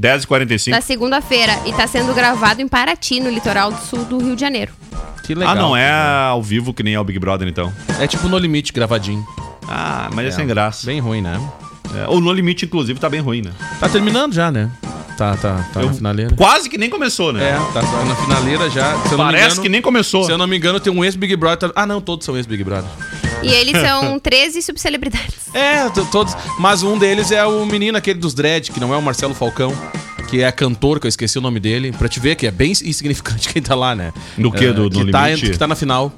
S5: da
S4: 10h45.
S5: segunda-feira e tá sendo gravado em Paraty, no litoral do sul do Rio de Janeiro.
S6: Que
S4: Ah, não, é ao vivo que nem é o Big Brother, então.
S6: É tipo No Limite, gravadinho.
S4: Ah, mas é, sem graça.
S6: Bem ruim, né?
S4: É, O No Limite, inclusive, tá bem ruim, né?
S6: Tá terminando já, né? Tá, tá, tá
S4: Eu-
S6: na finaleira.
S4: Quase que nem começou, né?
S6: É, tá, tá na finaleira já. Se eu não me
S4: Parece
S6: engano-
S4: que nem começou.
S6: Se eu não me engano, tem um ex-Big Brother. Ah, não, todos são ex-Big Brother.
S5: E eles são 13 subcelebridades.
S6: É, t- todos. Mas um deles é o menino aquele dos dread, que não é o Marcelo Falcão, que é cantor, que eu esqueci o nome dele. Pra te ver que é bem insignificante quem tá lá, né?
S4: No quê?
S6: É,
S4: Do- do
S6: que, tá,
S4: Limite?
S6: ent- que tá na final.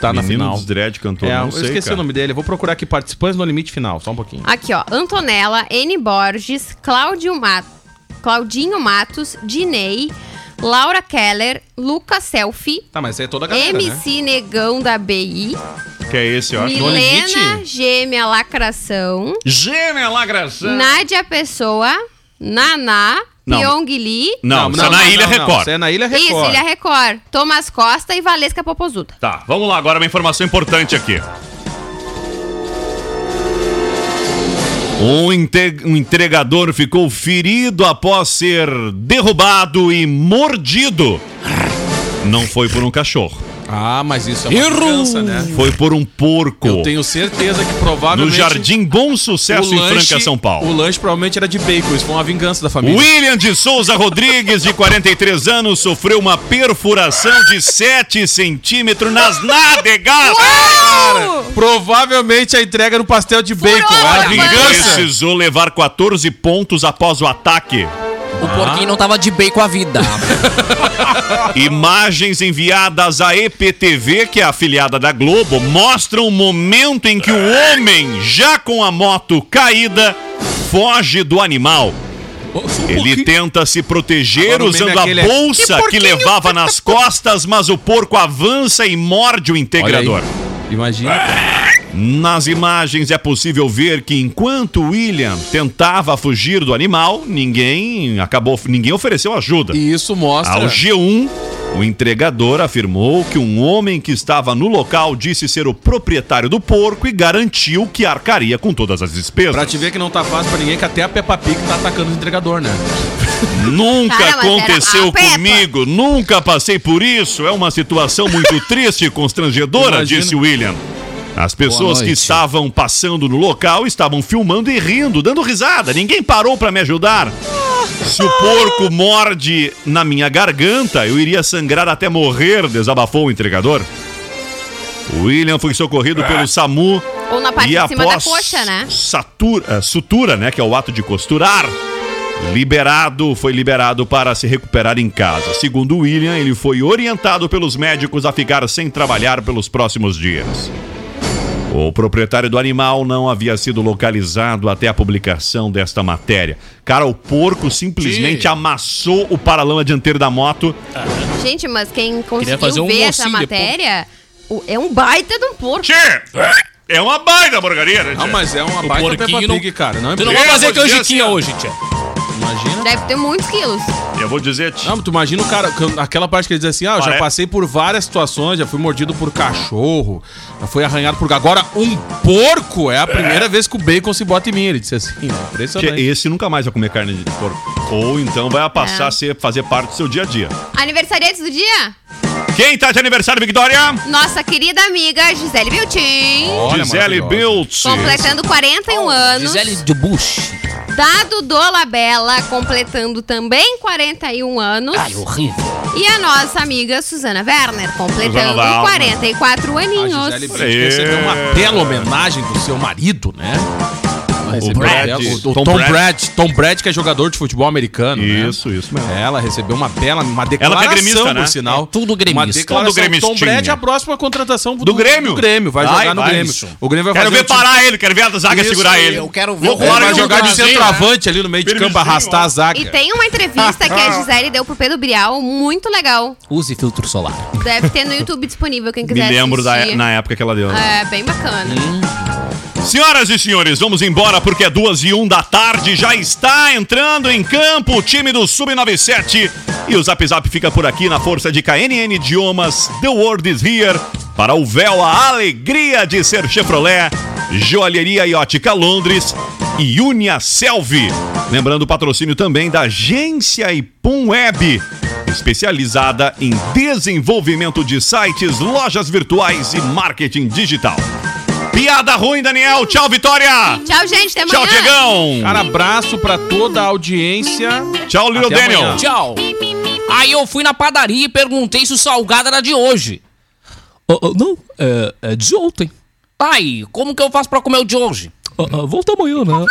S6: Tá na
S4: Menino
S6: final.
S4: dos Dread cantor,
S6: É,
S4: não
S6: eu
S4: sei,
S6: esqueci
S4: cara.
S6: o nome dele. Eu vou procurar aqui participantes no limite final, só um pouquinho.
S5: Aqui, ó. Antonella, N. Borges, Cláudio Ma- Claudinho Matos, Dinei, Laura Keller, Lucas Selfie,
S6: Tá, mas é toda a galera, né?
S5: MC Negão da BI,
S4: Que é esse, ó.
S6: no
S5: Milena
S6: limite?
S5: Gêmea Lacração,
S4: Gêmea Lagração.
S5: Nádia Pessoa, Naná,
S4: Hum. Não.
S5: Pyong Lee.
S4: Não, isso é na Ilha Record.
S6: Isso é na Ilha Record.
S5: Isso, Ilha Record. Thomas Costa e Valesca Popozuda.
S4: Tá, vamos lá agora uma informação importante aqui. Um, inte- um entregador ficou ferido após ser derrubado e mordido. Não foi por um cachorro,
S6: Ah, mas isso é uma
S8: Errou!
S6: criança, né?
S4: foi por um porco.
S6: Eu tenho certeza que
S4: No
S6: provavelmente...
S4: Jardim Bom Sucesso
S6: o
S4: em
S6: lanche-
S4: Franca, São Paulo.
S6: O lanche provavelmente era de bacon, isso foi uma vingança da família.
S4: William de Souza Rodrigues, de 43 anos, sofreu uma perfuração de 7 centímetros nas nádegas.
S6: Provavelmente a entrega no pastel de
S5: Furou
S6: bacon.
S5: a
S6: Era
S4: Ele
S6: vingança.
S4: precisou levar 14 pontos após o ataque.
S8: O porquinho não tava de bem com a vida.
S4: Imagens enviadas à EPTV, que é a afiliada da Globo, mostram o momento em que o homem, já com a moto caída, foge do animal. Ele tenta se proteger
S6: Agora o meme
S4: usando a
S6: aquele é,
S4: bolsa que levava nas costas, mas o porco avança e morde o
S6: Olha aí.
S4: integrador.
S6: Imagina.
S4: Nas imagens é possível ver que enquanto William tentava fugir do animal, ninguém acabou, ninguém ofereceu ajuda.
S6: E isso mostra...
S4: Ao G1, o entregador afirmou que um homem que estava no local disse ser o proprietário do porco e garantiu que arcaria com todas as despesas.
S6: Pra te ver que não tá fácil pra ninguém, que até a Peppa Pig tá atacando o entregador, né?
S4: Nunca
S5: Cara, mas era
S4: aconteceu
S5: a Peppa.
S4: comigo, nunca passei por isso. É uma situação muito triste e constrangedora,
S6: Imagino.
S4: disse William. As pessoas que
S8: noite.
S4: estavam passando no local estavam filmando e rindo, dando risada. Ninguém parou pra me ajudar. Se o porco morde na minha garganta, eu iria sangrar até morrer, desabafou o entregador. William foi socorrido pelo SAMU
S5: Ou na parte
S4: e
S5: de cima da
S4: após
S5: coxa, né?
S4: satura- eh, sutura, né, que é o ato de costurar, liberado, foi liberado para se recuperar em casa. Segundo William, ele foi orientado pelos médicos a ficar sem trabalhar pelos próximos dias. O proprietário do animal não havia sido localizado até a publicação desta matéria. Cara, o porco simplesmente amassou o paralama dianteiro da moto.
S5: Gente, mas quem conseguiu
S8: fazer um
S5: ver essa
S8: mocinho
S5: matéria o- é um baita de um porco.
S4: Tchê! É uma baita porcaria, né?
S6: Não, mas é uma
S8: O
S6: baita Peppa
S8: porquinho não-
S6: Pig, cara. Não é
S8: Tu não
S4: Eu
S8: vai
S4: vou
S8: fazer
S4: dizer
S8: canjiquinha
S4: assim, ó.
S8: hoje, tia.
S6: Imagina.
S5: Deve ter muitos quilos.
S4: Eu vou dizer, tchê.
S6: Não, mas tu imagina o cara, que- aquela parte que ele diz assim: ah, eu
S4: Olha.
S6: já passei por várias situações, já fui mordido por cachorro, já fui arranhado por. Agora, um porco é a primeira vez que o bacon se bota em mim. Ele disse assim:
S4: Que
S6: impressionante.
S4: esse nunca mais vai comer carne de porco. Ou então vai
S6: É.
S4: passar a ser, fazer parte do seu dia a dia.
S5: Aniversariantes do dia?
S4: Quem tá de aniversário, Victoria?
S5: Nossa querida amiga Gisele Biltin.
S6: Olha,
S4: Gisele
S6: maravilhosa.
S4: Biltz.
S5: Completando 41 anos.
S8: Gisele de Bush.
S5: Dado Dolabella, completando também 41 anos.
S8: Ai, horrível.
S5: E a nossa amiga Suzana Werner, completando
S4: Suzana Werner.
S5: 44
S6: A
S5: aninhos.
S6: Gisele Bündchen recebeu
S4: É.
S6: uma bela homenagem do seu marido, né? Recebeu
S4: Brad.
S6: uma bela- o, o
S4: Tom
S6: Tom,
S4: Brad.
S6: Brad. Tom Brad, que é jogador de futebol americano. né?
S4: Isso, isso mesmo.
S6: Ela recebeu uma bela, uma
S4: Ela
S6: declaração,
S4: que é gremista, né?
S6: por sinal.
S8: É tudo gremista.
S6: Uma declaração.
S4: Tudo gremistinha.
S6: Tom Brady é a próxima contratação
S4: Do Grêmio?
S6: Do Grêmio, vai,
S4: Vai,
S6: jogar no
S4: vai,
S6: Grêmio.
S4: isso.
S6: O Grêmio vai
S4: Quero
S6: fazer
S4: ver
S6: um time-
S4: parar ele, quero ver a zaga
S6: Isso
S4: segurar
S6: aí,
S4: ele.
S8: eu quero ver
S4: Vou
S8: o
S4: colar
S8: Grêmio
S6: Vai
S4: ele
S6: jogar de
S4: Brasil,
S6: centroavante ali no meio de
S4: Permitinho,
S6: campo, arrastar
S4: ó.
S6: a zaga.
S5: E tem uma entrevista que a Gisele deu pro Pedro Bial, muito legal.
S8: Use filtro solar.
S5: Deve ter no YouTube disponível, quem
S4: Me
S5: quiser
S4: lembro da,
S5: assistir.
S4: na época que ela deu. né?
S5: É, bem bacana.
S4: Senhoras e senhores, vamos embora porque é duas e um da tarde. Já está entrando em campo o time do Sub-97. E o Zap Zap fica por aqui na força de KNN Idiomas. The World is Here. Para o véu, a alegria de ser Chevrolet. Joalheria e Ótica Londres. E Unia Selvi. Lembrando o patrocínio também da agência Ipum Web especializada em desenvolvimento de sites, lojas virtuais e marketing digital. Piada ruim, Daniel. Tchau, Vitória.
S5: Tchau, gente. Até amanhã.
S4: Tchau, Diegão.
S6: Cara, abraço pra toda a audiência.
S4: Tchau, Little
S6: Até
S4: Daniel.
S6: amanhã.
S8: Tchau. Aí eu fui na padaria e perguntei se o salgado era de hoje. não, é, de ontem. Aí, como que eu faço pra comer o de hoje? volta amanhã, né?